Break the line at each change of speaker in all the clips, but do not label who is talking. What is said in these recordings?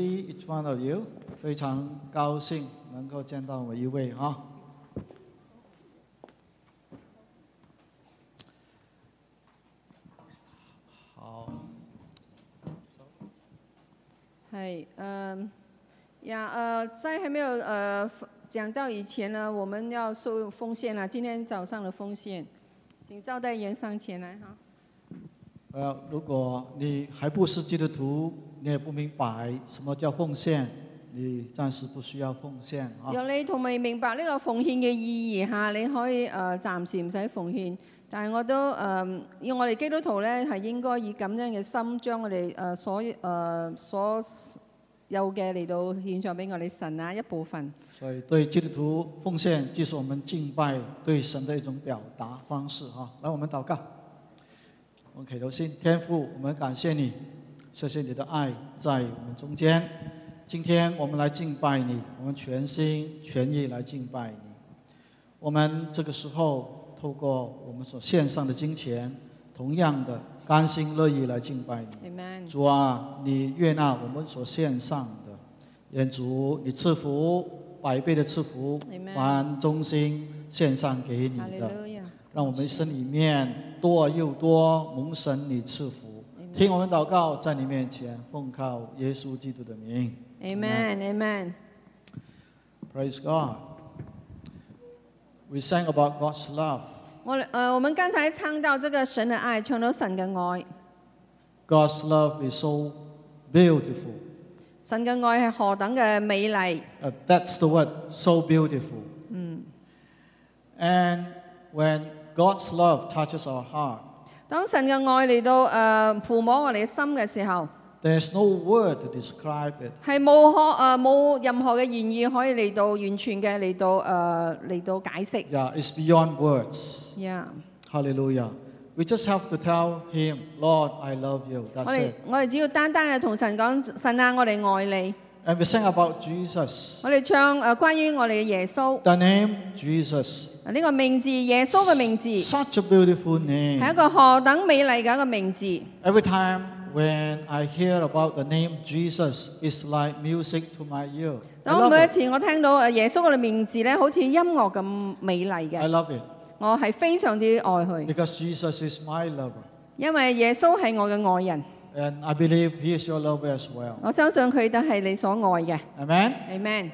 see each one of you，非常高兴能够见到每一位啊。好，
嗨，嗯，呀，呃，在还没有呃讲到以前呢，我们要受奉献了。今天早上的奉献，请招待员上前来哈。
呃，如果你还不是基督徒，你也不明白什么叫奉献，你暂时不需要奉献啊。
若你同未明白呢個奉獻嘅意義嚇，你可以誒、呃、暫時唔使奉獻，但係我都誒、呃要我哋基督徒咧係應該以咁樣嘅心，將我哋誒、呃所誒、呃所有嘅嚟到獻上俾我哋神啊一部分。
所以，对基督徒奉献，既是我们敬拜对神的一种表达方式啊。来，我们祷告。OK，刘星，天父，我们感谢你，谢谢你的爱在我们中间。今天我们来敬拜你，我们全心全意来敬拜你。我们这个时候透过我们所献上的金钱，同样的甘心乐意来敬拜你。
Amen。
主啊，你悦纳我们所献上的，愿主你赐福百倍的赐福
Amen，
凡忠心献上给你
哈利
的，
路亚。
让我们一生里面多又多蒙神你赐福。
Amen
听我们祷告，在你面前奉靠耶稣基督的名
Amen。Amen。
，Praise God。We sang about God's love,
我哋呃，我们刚才唱到这个神的爱，唱到神嘅愛，
God's love is so beautiful.
神嘅愛係何等嘅美麗。
Uh, that's the word, so beautiful. And when God's love touches our heart,
當神嘅愛嚟到誒撫摸我哋嘅心嘅時候，
there's no word to describe it.
係冇可誒冇、任何嘅言語可以嚟到完全嘅嚟到誒呃嚟、到解釋。
Yeah, it's beyond words.
Yeah.
Hallelujah. We just have to tell Him, Lord, I love you.
我
That's
哋
it.
我哋只要單單嘅同神講，神啊，我哋愛你。
And we sing about Jesus,
我哋唱誒、呃、關於我哋嘅耶穌，
the name Jesus.
呢、個名字耶穌嘅名字
Such a beautiful
係一
name.
個何等美麗嘅一個名字。
Every time when I hear about the name Jesus, it's like music to my ear. I
當
love
每一
it.
次我聽到誒呃耶穌嘅名字咧，好似音樂咁美麗
I
嘅，
love it
我係非常之愛佢，
because Jesus is my lover.
因為耶穌係我嘅愛人，
And I believe He is your lover as well.
我相信佢都係你所愛嘅。
Amen.
Amen。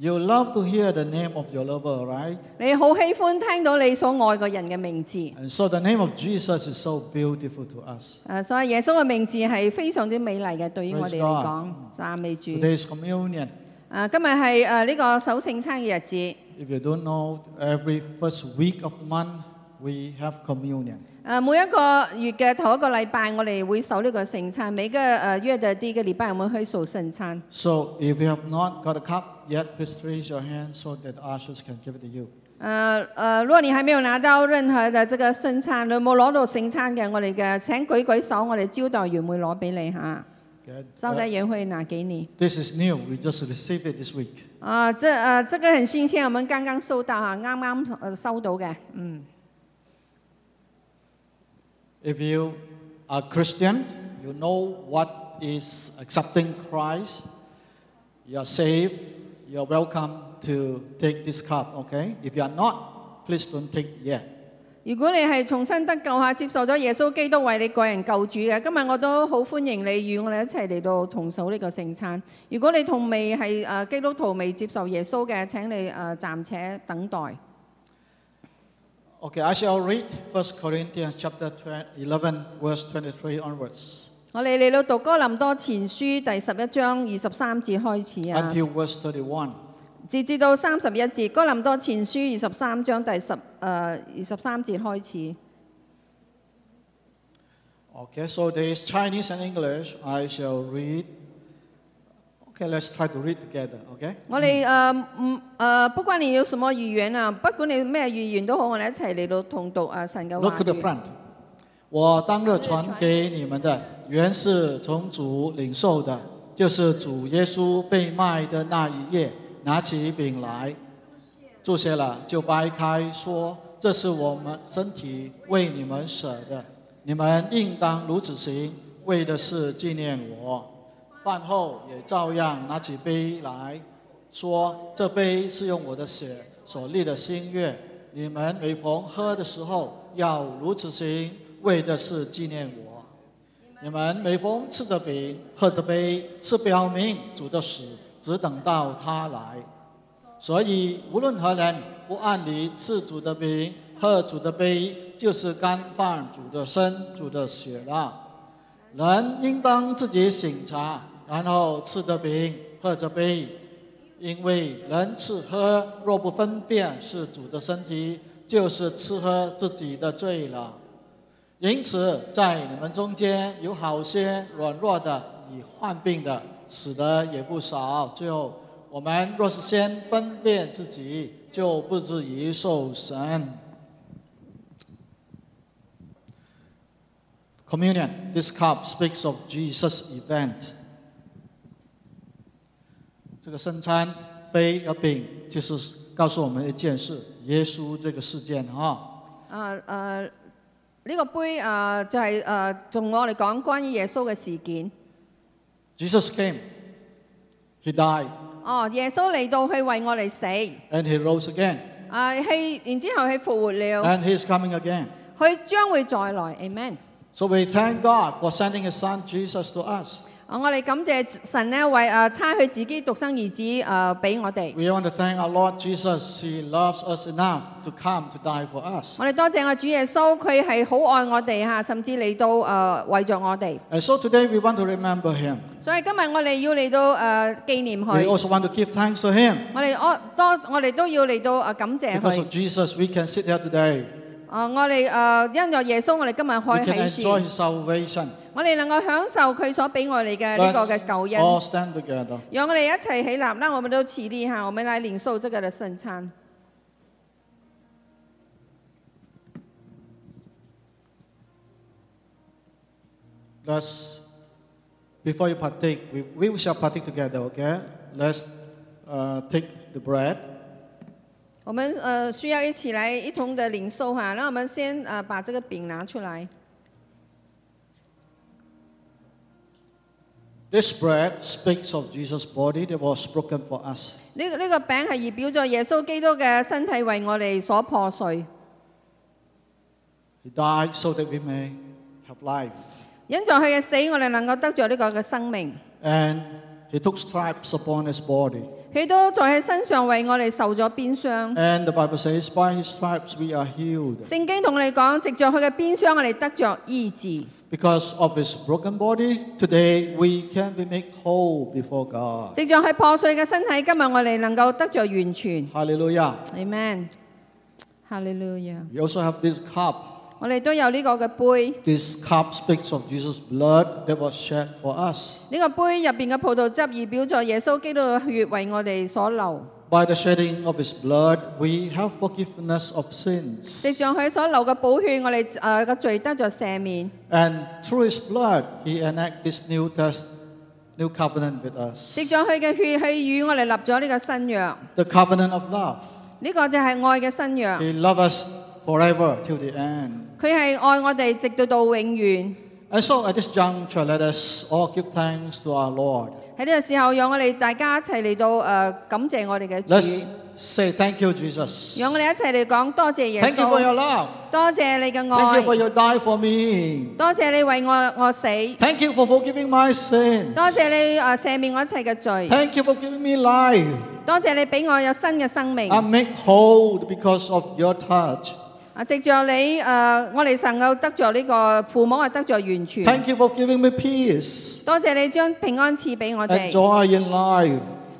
You love to hear the name of your lover, right?
你好喜歡聽到你所愛嘅人嘅名字，誒、
And so the name of Jesus is so beautiful to us.
啊所以耶穌嘅名字係非常之美麗嘅，對於我哋
Praise
嚟講，讚美主。誒、
Today is communion.
今日係誒呢個守聖餐嘅日子，誒、
If you don't know, every first week of the month we have communion.
啊每一個月嘅頭一個禮拜，我哋會守呢個聖餐。每個誒月的第一個禮拜，我們會守聖餐。
So if you have not got a cup yet, please raise your hand so that the ushers can give it to you.
呃呃，如果你還沒有拿到任何的這個聖餐，你冇攞到聖餐嘅，我哋嘅請舉舉手，我哋招待員會攞俾你嚇，
Good.
招待員會拿給你。
Uh, this is new. We just received it this week.
啊、這呃這個很新鮮，我們剛剛收到嚇，啱啱呃收到嘅，嗯。
If you are Christian, you know what is accepting Christ. You are saved. You are welcome to take this cup, okay? If you are not, please don't take it yet.
如果你係重新得救下，接受咗耶穌基督為你個人救主嘅，今日我都好歡迎你與我哋一齊嚟到同守呢個聖餐。如果你同未係誒基督徒未接受耶穌嘅，請你誒、呃、暫且等待。
Okay, I shall read 1 Corinthians chapter 12 11, verse 23 onwards
我哋嚟到讀哥林多前書第十一章二十三節開始啊，
until verse 31.
直至到三十一節。哥林多前書二十三章第十誒二十三節開始。
Okay, so there is Chinese and English. I shall read. Okay, let's try to read together, okay?
我哋誒唔誒，不管你有什麼語言啊，不管你咩語言都好，我哋一齊嚟到同讀啊神嘅話
Look to the
語。
front。我当日传给你们的，原是从主领受的，就是主耶稣被卖的那一夜，拿起饼来，注谢了，就掰开，说：“这是我们身体为你们舍的，你们应当如此行，为的是纪念我。”饭后也照样拿起杯来说：“这杯是用我的血所立的新约，你们每逢喝的时候要如此行，为的是纪念我。你们每逢吃的饼、喝的杯，是表明主的死，只等到他来。所以无论何人不按理吃主的饼、喝主的杯，就是干犯主的身、主的血了。”人应当自己醒察，然后吃着饼，喝着杯，因为人吃喝若不分辨是主的身体，就是吃喝自己的罪了。因此，在你们中间有好些软弱的与患病的，死的也不少。最后，我们若是先分辨自己，就不至于受审。Communion, this cup speaks of Jesus' event. 这个圣餐杯和饼就是告诉我们一件事：耶稣这个事件哈。
啊啊！呢、個杯啊，就係、啊，同我哋講關於耶穌嘅事件。
Jesus came, he died,
哦，耶穌嚟到去為我哋死，
and he rose again,
啊，佢然之後佢復活了，
and he's coming again.
佢將會再來，amen。
So we thank God for sending his son Jesus to us.
啊，我哋感謝神呢，為啊差佢自己獨生兒子啊俾我哋。
We want to thank our Lord Jesus. He loves us enough to come to die for us.
我哋多謝我主耶穌，佢係好愛我哋嚇，甚至嚟到誒、呃、為着我哋。
And so today we want to remember him.
所以今日我哋要嚟到誒、呃、紀念
We
佢，
also want to give thanks to him.
我哋我多我哋都要嚟到誒、呃感謝
Because
佢。
of Jesus, we can sit here today.
啊、我哋誒、呃因着耶穌，我哋今日
We
可
can
以喺
enjoy
處，
His salvation.
我哋能夠享受佢所俾我哋嘅呢個嘅
Let's
救
all。
恩
stand together.
讓我哋一齊起立啦！我們都起立哈，我們來領受這個的聖餐。
Let's, before you partake, we, we shall partake together, okay? Let's uh, take the bread.
我們呃需要一起來一同的領受哈。那我們先呃把這個餅拿出來。
This bread speaks of Jesus' body that was broken for us.
呢、呢個餅係預表咗耶穌基督嘅身體為我哋所破碎，
He died so that we may have life.
因着佢嘅死，我哋能夠得着呢個嘅生命。
And He took stripes upon His body.
佢都在佢身上為我哋受咗鞭傷。
And the Bible says, by His stripes we are healed.
聖經同我哋講，藉着佢嘅鞭傷，我哋得着醫治。
Because of His broken body, today we can be made whole before God.
藉着佢破碎嘅身體，今日我哋能夠得着完全。
Hallelujah.
Amen。哈利路亞！
We also have this cup.
我哋都有呢個嘅杯，
This cup speaks of Jesus' blood that was shed for us.
呢、個杯入邊嘅葡萄汁預表咗耶穌基督嘅血為我哋所流。
By the shedding of his blood, we have forgiveness of
藉
sins.
着佢所流嘅寶血，我哋誒嘅罪得着赦免。
And through his blood, he enacted this new test, new covenant with
藉
us.
着佢嘅血，佢與我哋立咗呢個新約，呢、
The covenant of love.
個就係愛嘅新約。
He loved us forever till the end.
佢係愛我哋直到到永遠。
And so at this juncture, let us all give thanks to our Lord.
喺呢個時候，讓我哋大家一齊嚟到誒、呃感謝我哋嘅
Let's
主，
say thank you, Jesus.
讓我哋一齊嚟講多謝耶
Thank you for
穌，
your love.
多謝你嘅
Thank you
愛
for，your die for me.
多謝你為我我死，
Thank you for forgiving my sins.
多謝你誒、呃赦免我一切嘅罪，
Thank you for giving me life.
多謝你俾我有新嘅生命。
I'm made whole because of your touch.
啊！藉着你誒、呃我哋能夠得着呢、個父母係得着完全。
Thank you for giving me peace
多謝你將平安賜俾我
and
哋，
joy in life.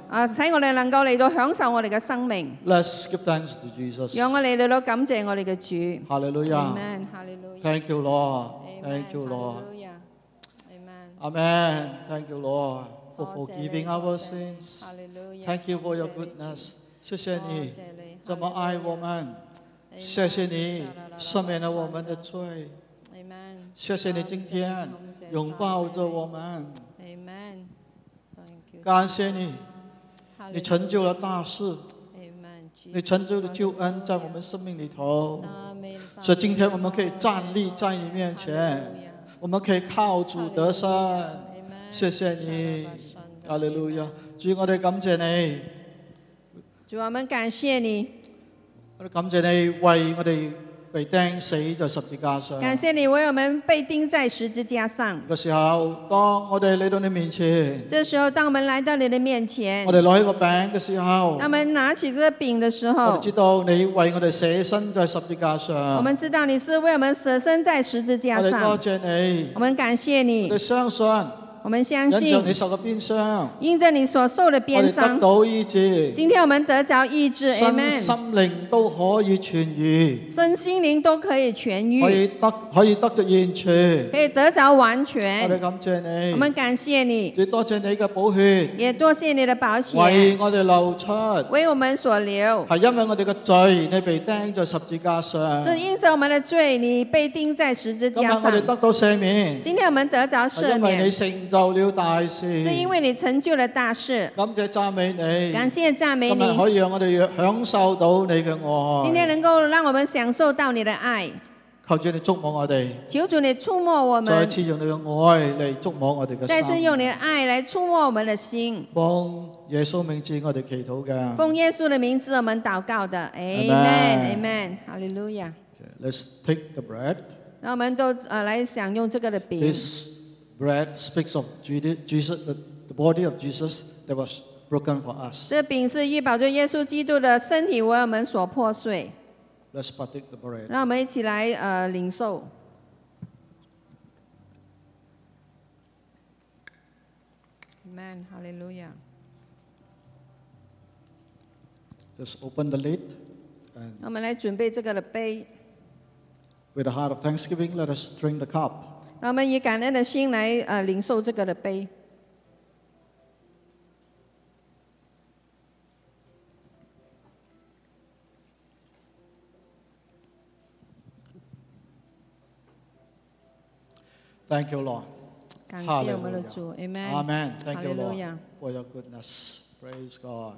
啊，使我哋能夠嚟到享受我哋嘅生命，
Let's give thanks to Jesus.
讓我哋嚟到感謝我哋嘅主。
Hallelujah.
Amen，哈利路亞。
Thank you, Lord. Thank you, Lord.
Amen.
Amen. Thank you, Lord, for
多謝你，
forgiving our
多謝你。
sins.
哈利路亞。
Thank you for your
多謝你，
goodness. er 谢
主。
谢你
多謝你，
这么爱我们，
Amen
谢谢你赦免了我们的罪，
Amen。
谢谢你今天拥抱着我们，
Amen。Thank you。
感谢你，
哈利路亞
你成就了大事，
Amen，Jesus，
你成就了救恩在我们生命里头，
赞美
所以今天我们可以站立在你面前，我们可以靠主得胜，
赞美
谢谢你，阿利路亚！主，我哋感謝你，
主，我们感谢你，
我哋感謝你為我哋被釘死在十字架上。
感謝你为我们被钉在十字架上。
嘅時候，當我哋嚟到你面前，
这时候，当我们来到你的面前
我，哋攞起個餅嘅時候
当我，们拿起这个饼的时
我哋
候，
知道你為我哋捨身在十字架
我
上。
们知道你是为我们舍身在十字
我
架
哋多
上。
謝你，
我们感谢
我
你
哋，相信，
我们相
因着你
信，
受嘅鞭傷，我
因着你所受的
哋
鞭
得
伤，
到醫治，
今天我们得着医治
身
，Amen。
心靈都可以痊愈，
身心灵都可以痊
可
愈，
以得可以得着完全。
可以得着完
我
全
哋。感謝你
我。们感谢你，
主多謝你嘅寶血
也多謝你的保
為
险，
我哋流出，
为我们所留。
係因為我哋嘅罪，你被釘在十字架上。
是
今
因着我们的罪，你被钉在十字
日
架
我哋
上。
得到赦免，
今天我们得
係
着赦
因為
免
你，成就了大事。
是因為你成就了大事。
感謝讚美你，
感謝赞美
今日
你，
可以讓我哋享受到你
今
嘅
天
愛。
能夠讓我們享受到你的愛。
求主你觸摸我哋，
求主你觸摸我
再
們，
次用你嘅愛嚟觸摸我哋嘅
再次用
心。
你的愛來觸摸我們的心。
奉耶穌名字，我哋祈禱嘅。
奉耶穌的名字，我們禱告的
嗯 Amen
，Amen，Amen，哈利路亚。
Okay, Let's take the bread.
那我们都呃来享用这个的饼。
This bread speaks of Jude- Jesus, the, the body of Jesus that was broken for us.
这饼是预表着耶稣基督的身体为我们所破碎。
Let's partake the bread.
让我们一起来呃领受。Amen，哈利路亚。
Just open the lid and
那我们来准备这个的杯，
with a heart of thanksgiving, let us drink the cup.
让我们以感恩的心来呃领受这个的杯。
Thank you, Lord.
感谢我们的主，Amen。
Amen. Thank you, Lord,
Hallelujah.
for your goodness. Praise God.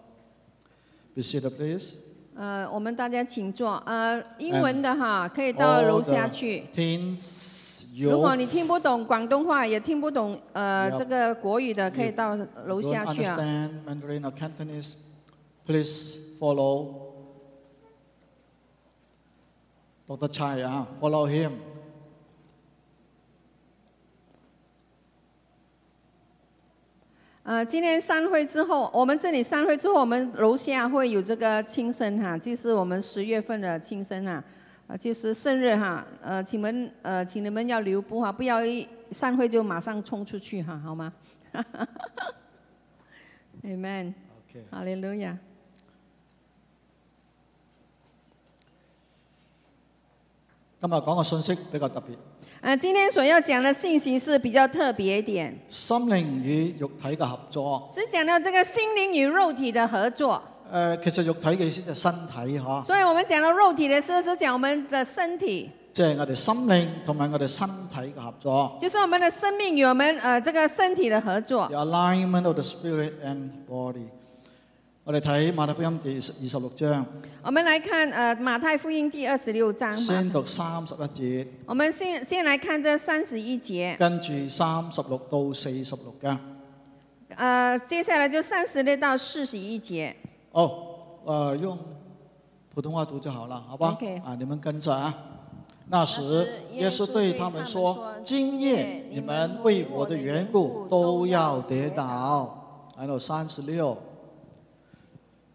Be seated, please.
呃，我们大家请坐。呃，英文的哈，可以到楼下去。
Teens,
如果你
youth,
听不懂广东话，也听不懂呃
Yup.
这个国语的，可以到
you
楼
don't
下去啊。
understand Mandarin or Cantonese, please follow Dr. Chai. ah, follow him.
呃，今天散会之后，我们这里散会之后，我们楼下会有这个庆生哈，就是我们十月份的庆生哈，啊，就是生日哈，呃，请们呃，请你们要留步哈，不要一散会就马上冲出去哈，好吗？Amen，
Okay.
哈利路亚。
今日講嘅信息比較特別，
呃，今天所要讲的信息是比较特别一点，
心靈與肉體嘅合作。
是讲到这个心灵与肉体的合作。
誒、其實肉體嘅意思就係身體嚇，
所以我们讲到肉体的时候，是讲我们的身体。
即係我哋心靈同埋我哋身體嘅合作。
就是我们的生命与我们呃这个身体的合作。
The alignment of the spirit and body。我哋睇馬太福音第二十六章，
我们来看呃马太福音第二十六章嘛，
先讀三十一節，
我们先先来看这三十一节，
跟住三十六到四十六嘅。
呃接下来就三十六到四十一节。
哦，呃，用普通话读就好了，好吧
OK
啊，你们跟着啊。那时，耶稣对他们说：“今夜你们为我的缘故都要跌倒。”然后三十六，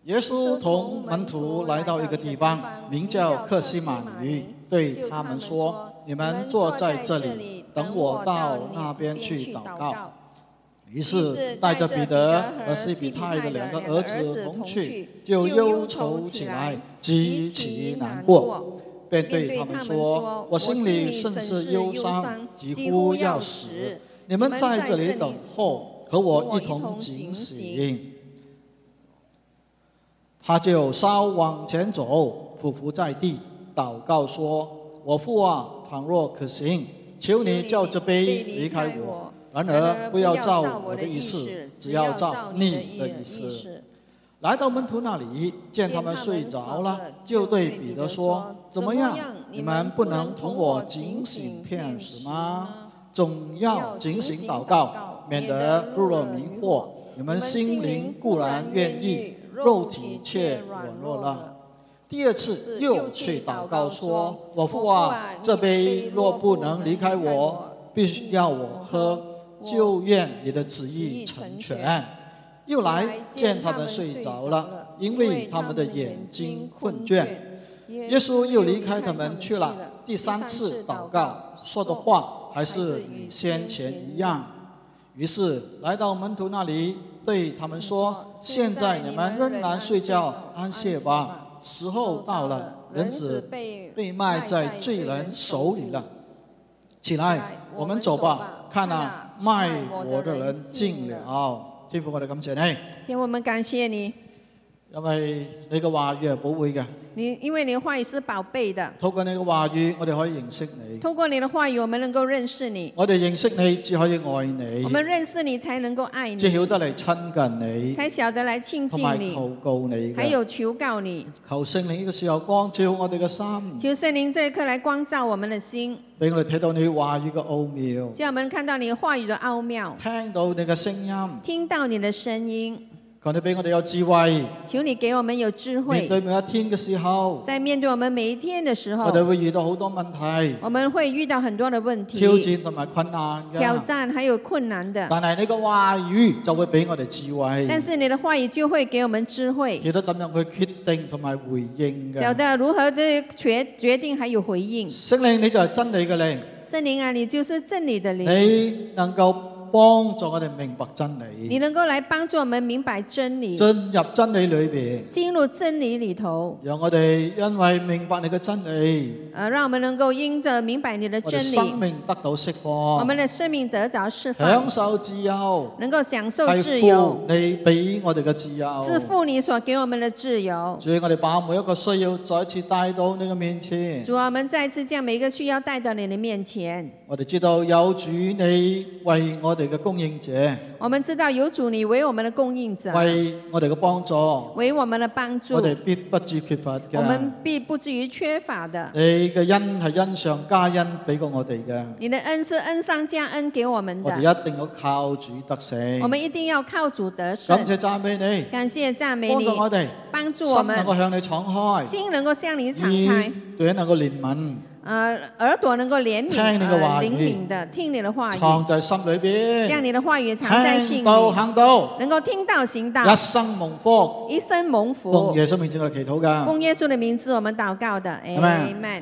耶稣同门徒来到一个地方，名叫克西马尼，对他们说：“你们坐在这里，等我到那边去祷告。”于是带着彼得和西比泰的两个儿子同去，就忧愁起来，极其难过，便对他们说：“我心里甚是忧伤，几乎要死。你们在这里等候，和我一同警醒。”他就稍往前走，匍匐在地，祷告说：“我父啊，倘若可行，求你叫这杯离开我。”然而不要照我的意思，只要照你的意思。。来到门徒那里，见他们睡着了，就对彼得说：“怎么样？你们不能同我警醒骗死吗？总要警醒祷告，免得入了迷惑。你们心灵固然愿意，肉体却软弱了。第二次又去祷告说：“我父啊，这杯若不能离开我，必须要我喝，就愿你的旨意成全。”又来见他们睡着了，因为他们的眼睛困倦。耶稣又离开他们去了。第三次祷告说的话还是与先前一样。于是来到门徒那里，对他们说：“现在你们仍然睡觉安歇吧，时候到了，人子被卖在罪人手里了。起来，我们走吧。看啊，卖我的人进了。”天父，我哋感謝你，
天，我们感谢你，
因為你嘅話語係寶貝嘅，
你因为你的話語是寶貝的，
透過你嘅話語，我哋可以認識你。
通過你的話語，我們能夠認識你，
我哋認識你，只可以愛
我
你，
們認識你才能夠愛
只
你，
曉得嚟親近
才曉得來親
你，同
近
埋
你，
求告你
還
嘅。
有求告你。
求聖靈呢個時候光照我哋嘅心，
求聖靈這一刻來光照我們的心，
俾我哋睇到你話語嘅奧妙，
叫我們看到你話語的奧妙，
聽到你嘅聲音。
聽到你的聲音。
求你俾我哋有智慧，
求你給我們有智
面
慧，
對每一天嘅時候，
在面對我們每一天的時
我
候，
哋會遇到好多問題、
我們會遇到很多的問
挑啊
題、
戰同埋困難
挑
嘅。
戰，還有困難的。
但係你嘅話語就會俾我哋智慧。
但是你的話語就會給我們智慧。
曉得怎樣去決定同埋回應
曉
嘅。
得如何的決決定，還有回應。
聖靈你就係真理嘅靈，
聖靈啊，你就是真理的
哎
靈，
你能夠幫助我哋明白真
你
理，
能夠來幫助我們明白真理，
進入真理裏邊，
進入真理裡頭。
讓我哋因為明白你嘅真理，
呃，讓我們能夠因着明白你的
我
真
哋生
理，
命哦哎得到釋
我
放
們，的生命得着釋放
享，受自由，
能夠享受
係
自
父
由，
你俾我哋嘅自
是
由。
父你所給我們的自由。
所以我哋把每一個需要再次帶到你嘅面前。
主啊，我們再次將每一個需要帶到你的面前。
我哋知道有主你為我哋嘅供應者，
我們知道有主你為我們的供應者，
為我哋嘅幫助。
為我們的幫助
我，哋必不至缺乏
我
嘅
們。必不至於缺乏的。
你嘅恩係恩上加恩俾過我哋嘅，
你的恩是恩上加恩給我們
我哋
的，
一定要靠主得
我
勝。
們一定要靠主得
感
胜。
謝讚美你，
感謝讚美
幫
你
助，我哋，
幫助我
心能
們
夠向你敞開，
心能夠向你敞開，
耳朵能夠憐憫，
呃，耳朵能夠憐憫、
聽你嘅話
呃、
語
靈敏的聽你的話語，
藏在心裏
將
邊，
你的話語藏在心
聽
裡，
到行到，
能夠聽到行道
一，生蒙福。
一生蒙
奉
福。
耶穌名字我哋祈禱㗎，
奉耶穌的名字，我們禱告的
嗯 Amen
，Amen。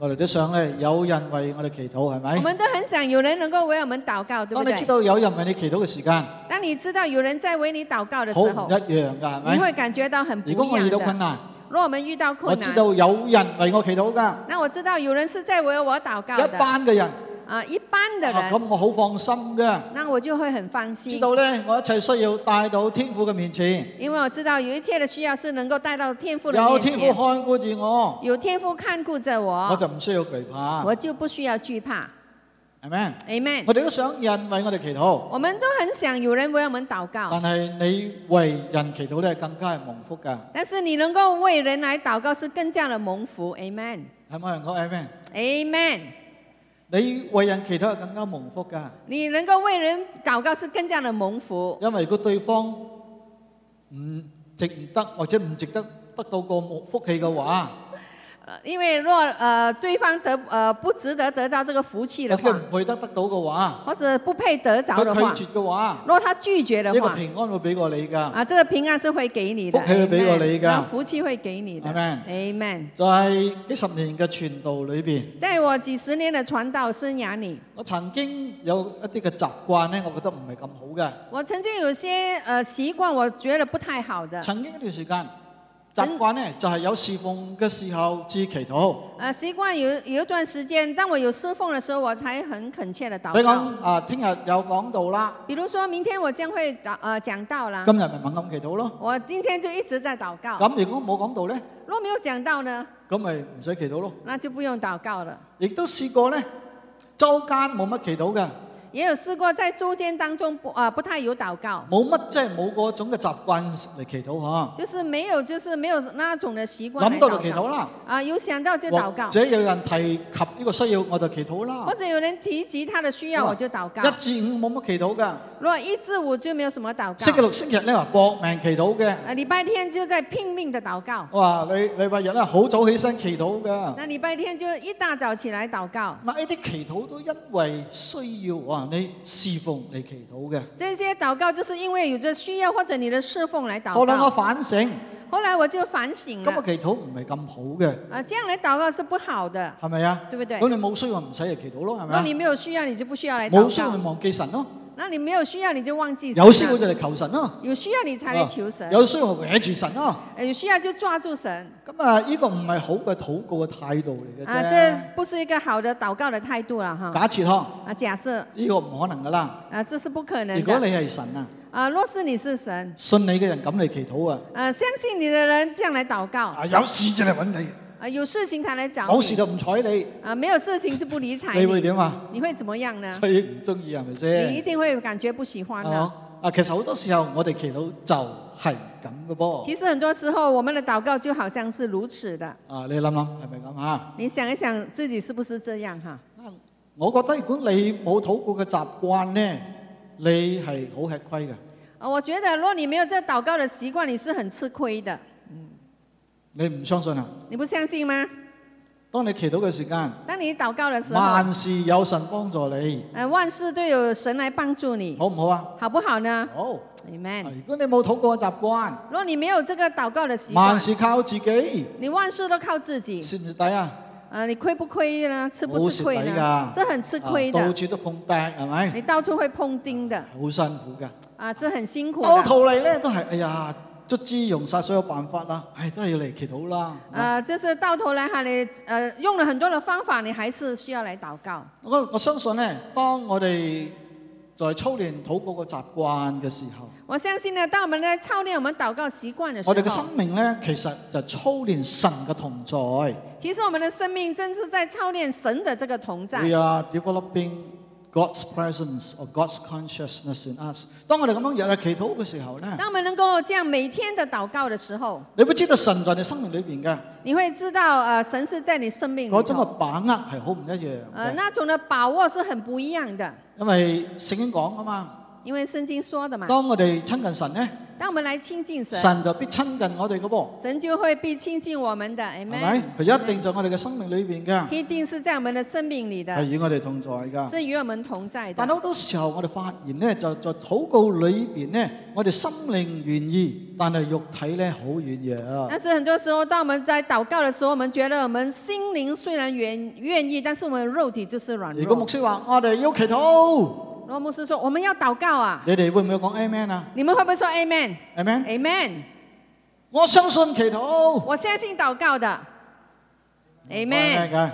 我哋都想咧有人為我哋祈禱，係
我
咪？
們都很想有人能夠為我們禱告，對不
當哎你知
對？
道有人為你祈禱嘅時間，
當你知道有人在為你禱告的時
好唔
候
一，樣㗎，係
你
咪？
會感覺到很不一
如果我遇
樣
到
的
困。難，
如果我們遇到
我
困
知
難，
道有人為我祈禱㗎。
那我知道有人是在為我禱告
一
的，
班嘅人，
啊，一般的
啊
人，
咁我好放心嘅，
那我就會很放
知
心，
道咧我一切需要帶到天父嘅面前，
因為我知道有一切的需要是能夠帶到天父的
有
面
天
前
父，看顧住我，
有天父看顧着
我啊
我，
就唔需要懼怕，
我嗯就不需要懼怕。
係咪？
Amen。
我哋都想人為我哋祈禱，
我們都很想有人為我們禱告，
但係你為人祈禱咧更加係蒙福㗎，
但是你能夠為人來禱告是更加的蒙福。Amen。
係咪人講 Amen？
Amen。
你為人祈禱係更加蒙福㗎，
你能夠為人禱告是更加的蒙福，
因為如果對方唔值唔得或者唔值得得到個蒙福氣嘅話，
呃因為若呃對方得呃不值得得到這個福氣
或
的
者
話，
唔配得得到嘅話，
或者不配得着的話
佢，拒絕嘅話，
若他拒絕的
呢個
話，
平安會俾過你㗎。
啊，这个平安是會給你的，
福氣會俾過
Amen
你㗎
那福氣會給你的
Amen
，Amen。
在幾十年嘅傳道裏邊，
在我幾十年的傳道生涯裏，
我曾經有一啲嘅習慣咧，我覺得唔係咁好嘅。
我曾經有些呃習慣，我覺得不太好的。
曾經一段時間習慣咧，就係、有侍奉嘅時候至祈禱。
呃，習慣有有一段時間，當我有侍奉的時候，我才很懇切的禱
你
告。
講啊，聽日有講道啦，
比如說明天我將會講呃講到啦，
今日咪猛咁祈禱咯。
我今天就一直在禱告。
咁如果冇講道咧，
如果沒有講到呢，
咁咪唔使祈禱咯。
那就不用禱告了。
亦都試過咧，周間冇乜祈禱嘅，
也也有试过在周间当中不啊、不太有祷告，
冇乜即係冇嗰種嘅習慣嚟祈禱嚇。
就是没有就是没有那种的习惯
諗
来
到就祈
祷
禱
告
啦，
啊，有想到就祷告
或，者有人提及呢個需要，我就祈禱啦
或。者有人提及他的需要，
哇
我就祷告。
一至五冇乜祈禱㗎，
如果一至五就没有什么祷
星期
告，
六、星期日咧話搏命祈禱嘅。
啊，礼拜天就在拼命的祷告，
我話你禮拜日咧好早起身祈禱㗎。
那礼拜天就一大早起来祷告。
嗱，呢啲祈禱都因為需要啊，你侍奉嚟祈禱嘅。
这些祷告就是因为有着需要或者你的侍奉来祷
後來我
告。
反省，
后来我就反省
今日
了，
祈禱唔係咁好嘅，
啊，这样来祷告是不好的。
係咪啊？
對不對
咁你冇需要咪唔使嚟祈禱咯，係咪
如果
啊
你？没有需要，你就不需要来
冇需
祷
要咪
告。
忘記神咯，
那你没有需要，你就忘记神了啊
有需要就嚟求神咯，
有需要你才来求神
啊，有需要就搲住神咯。
呃有需要就抓住神
咁啊，呢個唔係好嘅禱告嘅態度嚟嘅
啊，
啫。
这不是一个好的祷告的态度了哈。
假設呵，
啊，假设
呢個唔可能噶啦。
啊，这是不可
如
能
果你
的。
係神啊，
啊，若是你是神，
信你嘅人咁嚟祈禱啊，
呃，相信你的人这样来祷告，
啊有事就嚟揾你，
啊，有事情才来找
冇事
你，
就唔睬你，
啊，没有事情就不理睬
你會
你，
點啊？
你会怎么样呢？
所以唔中意係咪
你一
先？
定会感觉不喜欢
係
的。
嘛啊，其實好多時候我哋祈禱就係咁嘅噃。
其實很多時候，我們的禱告就好像是如此的。
啊，你諗諗係咪咁啊？
你想一想自己是不是這樣哈？
嗱我覺得如果你冇禱告嘅習慣呢，你係好吃虧嘅。
呃，我覺得如果你没有這禱告的習慣，你是很吃虧的。
你唔相信啊？
你不相信嗎？
當你祈禱嘅時間，
當你禱告的時候，
萬事有神幫助你，
呃，萬事都有神來幫助你，
好唔好啊？
好不好呢
好。
？Amen。
如果你冇禱告嘅習慣，
如果你沒有這個禱告的習
萬
慣，
事靠自己，
你萬事都靠自己，
蝕唔蝕底啊？
呃，你虧不虧呢？吃不吃虧
冇蝕底
呢
㗎？
這很吃虧
哎啊到
的，
處都碰壁係咪？
你到處會碰釘的，
好辛苦㗎。
啊，這很辛苦
到
的。
頭嚟咧都係，哎呀，卒之用晒所有辦法啦，唉，都係要嚟祈禱啦。
呃，就是到头来哈，你呃用了很多的方法，你还是需要来祷告。
我我相信咧，當我哋在操練禱告嘅習慣嘅時候，
我相信呢，當我们在操练我们祷告习惯的时
我哋嘅
候，
生命咧其實就操練神嘅同在。
其实我们的生命正是在操练神的这个同在。
We are developing God's presence or God's consciousness in us。當我哋咁樣日日祈禱嘅時候咧，
当我们能够這樣每天的祷告的時候，
你會知道神在你生命裏邊嘅
你會知道，呃，神是在你生命
嗰
里
種嘅
頭，
把握係好唔一樣
呃，
嘅，
那種的把握是很不一樣的，
因為聖經講啊嘛。
因為聖經說的嘛，
當我哋親近神咧，
當我們來親近神，
神就必親近我哋嘅噃，
神就會必親近我們的
係咪
，amen，？
佢一定在我哋嘅生命裏邊嘅，
一定是在我們的生命里
係
的，
與我哋同在㗎。
是與我們同在的
但。好多時候，我哋發現咧，就在禱告裏邊咧，我哋心靈願意，但係肉體咧好軟弱。
但是很多时候，当我们在祷告的时候，我们觉得我们心灵虽然愿愿意，但是我们肉体就是软
如果牧
弱。
師話我哋要祈禱，
罗牧师说：“我们要祷告啊！”
你哋會唔會講 Amen 啊
你们会不会说 “Amen”？
？Amen，
Amen，
我相信祈禱。
我相信祷告的。Amen，
嘅，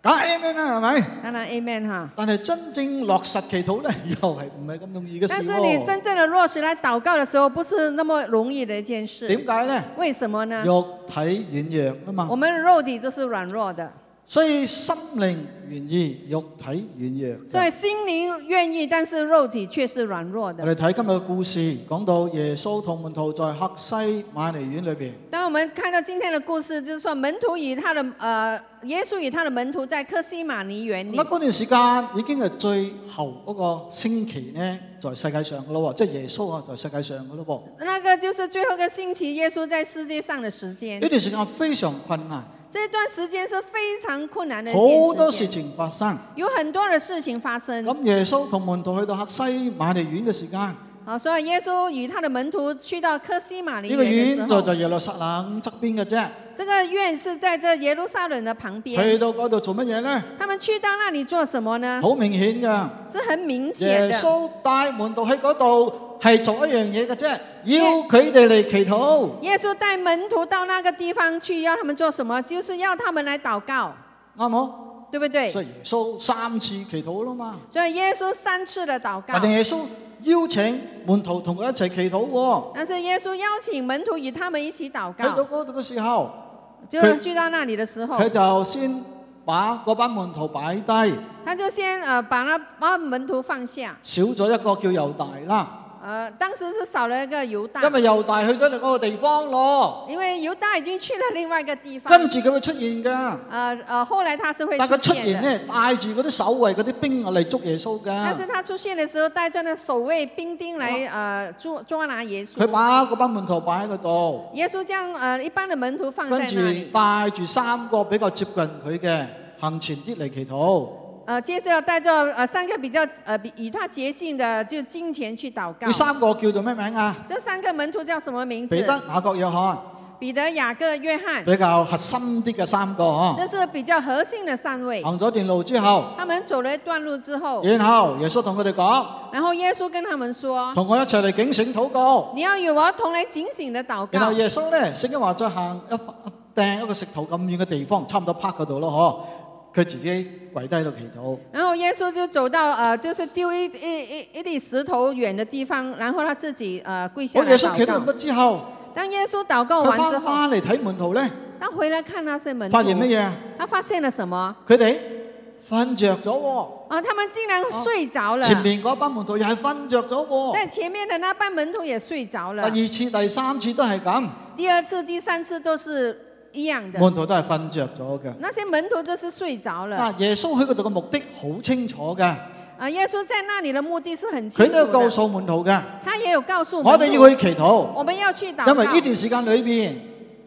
梗係 Amen 啦，係咪？
当然 Amen 哈。
但係真正落實祈禱咧， 又係唔係咁容易嘅
但
事
是你
喎？
真正的落实来祷告的时候，不是那么容易的一件事。
點解咧？
为什么呢？
肉體軟弱啊嘛
我，們肉体就是软弱的，
所以心靈願意，肉體軟弱。
所以心灵愿意，但是肉体却是软弱
我
的。
哋睇今日嘅故事，講到耶穌同門徒在客西馬尼園裏邊，
当我们看到今天的故事，就是说门徒与他的呃，耶稣与他的门徒在科西玛尼园
咁
里
啊。嗰段時間已經係最後嗰個星期呢，在世界上嘅咯喎，即係耶穌啊，在世界上嘅咯
那个就是最后一个星期，耶稣在世界上的时
噃。
间
呢，段時間非常困難，
这段时间是非常困难的一件
好多
事
事
情，
情發生。
有很多的事情发生。
咁耶穌同門徒去到客西馬尼園嘅時間，呢、
好，所以耶稣与他的門徒去到科西玛尼
個
园的
園
时
就
候，
在耶路撒冷側邊嘅啫。
这个院是在这耶路撒冷的旁边。
去到嗰度做乜嘢呢？
他们去到那里做什么呢？
好明顯㗎。
是很明显
耶
的。
穌帶門徒去嗰度係做一樣嘢嘅啫，要佢哋嚟祈禱。
耶稣带门徒到那个地方去，要他们做什么？就是要他们来祷告，
啱冇？
对不对？
所以耶穌三次祈禱啦嘛。
所以耶稣三次的祷告
但，係耶穌邀請門徒同佢一齊祈禱喎。
但是耶稣邀请门徒與他们一起祷
去到
告，
嗰度嘅時候，
就去到那里的时候
佢，就先把嗰班門徒擺低，
他就先呃把那把门徒放下。
少咗一個叫猶大啦，
呃，當時是少了一個猶大
因，為猶大去咗另一個地方咯，
因為猶大已經去了另外一個地方。
跟住佢會出現㗎。
呃呃，後來他是會
但佢出
出
現
現的，
呢，帶住嗰啲守衛嗰啲兵嚟捉耶穌
但
㗎。
是他出現的時候帶着那守衛兵丁來
啊
呃捉捉拿耶
佢
穌。
把嗰班門徒擺喺嗰度，
耶穌將呃一般的門徒放在
跟住
那裡，
帶住三個比較接近佢嘅行前啲嚟祈禱。
呃，接着帶着呃三個比較呃比與他接近的就金錢去禱
呢
告。
三個叫做咩名啊？
這三個門徒叫什麼名字？
彼得、雅各、約翰，
彼得、雅各、約翰，
比較核心啲嘅三個
這
嗬。
是比較核心的三位。
行咗段路之後，
他們走了一段路之後，
然後耶穌同佢哋講：
然後耶穌跟他們說：
同我一齊嚟警醒禱告。
你要與我同來警醒的禱
然後
告。
耶穌呢，聖經話再行一掟一個石頭咁遠嘅地方，差唔多 park 嗰度咯嗬。佢自己跪低喺度祈禱。
然後耶穌就走到呃，就是丢一一一一粒石頭遠的地方，然後他自己呃跪下
我哦
來
耶穌
禱
祈禱
告。
完畢之後，
當耶穌禱告
佢
完之
翻
後，
翻嚟睇門徒呢，
他回來看那些門徒
發，現乜嘢啊？
他發現了什麼？
佢哋瞓着咗喎，
啊，他們竟然睡着了。
前面嗰班門徒又係瞓着咗喎。
在前面的那班門徒也睡着
第
了。
二次、第三次都係咁。
第二次、第三次都是一樣的。
門徒都係瞓着咗嘅。
那些門徒就是睡着了。
嗱，耶穌去嗰度嘅目的好清楚嘅，
啊，耶穌在那裡的目的是很清
佢
楚
都有告
的，
訴門徒嘅，
他也有告訴我
我哋要去祈禱，
我們要去禱告，
因為呢段時間裏邊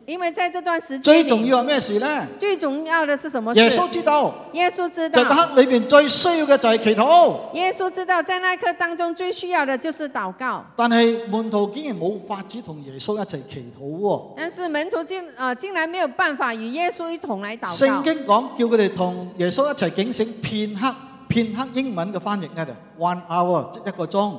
因為在這段時間
最
裡
重要係咩事呢？
最重要的是什麼事？
耶穌知道，
耶穌知
就嗰
道，
刻裏邊最需要嘅就係祈禱，
耶穌知道，在那一刻當中最需要的就是禱告。
但係門徒竟然冇法子同耶穌一齊祈禱喎。
但是門徒竟呃竟然沒有辦法與耶穌一同來禱
聖
告。
經講叫佢哋同耶穌一齊警醒片刻，片刻英文嘅翻譯呢就 one hour 即一個鐘。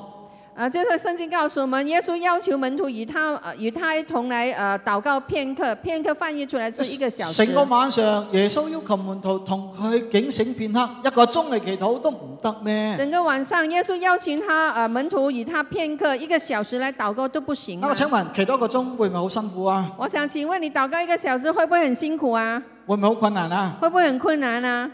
呃，就是聖經告訴我們，耶穌要求門徒與他呃與他一同來呃禱告片刻，片刻翻譯出來是一個小時
成。個晚上，耶穌要求門徒同佢警醒片刻，一個鐘嚟祈禱都唔得咩？
整個晚上，耶穌邀請他呃門徒與他片刻一個小時來禱告都不行
那
嗎
我請問，祈禱一個鐘會唔會好辛苦啊？
我想請問你禱告一個小時會不會很辛苦啊？
會唔會好困難啊？
會不會很困難啊？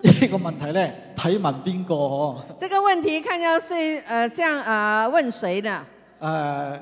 呢、個問題呢，睇問邊個嗬？
這個問題看要是呃像呃問誰的，
誒、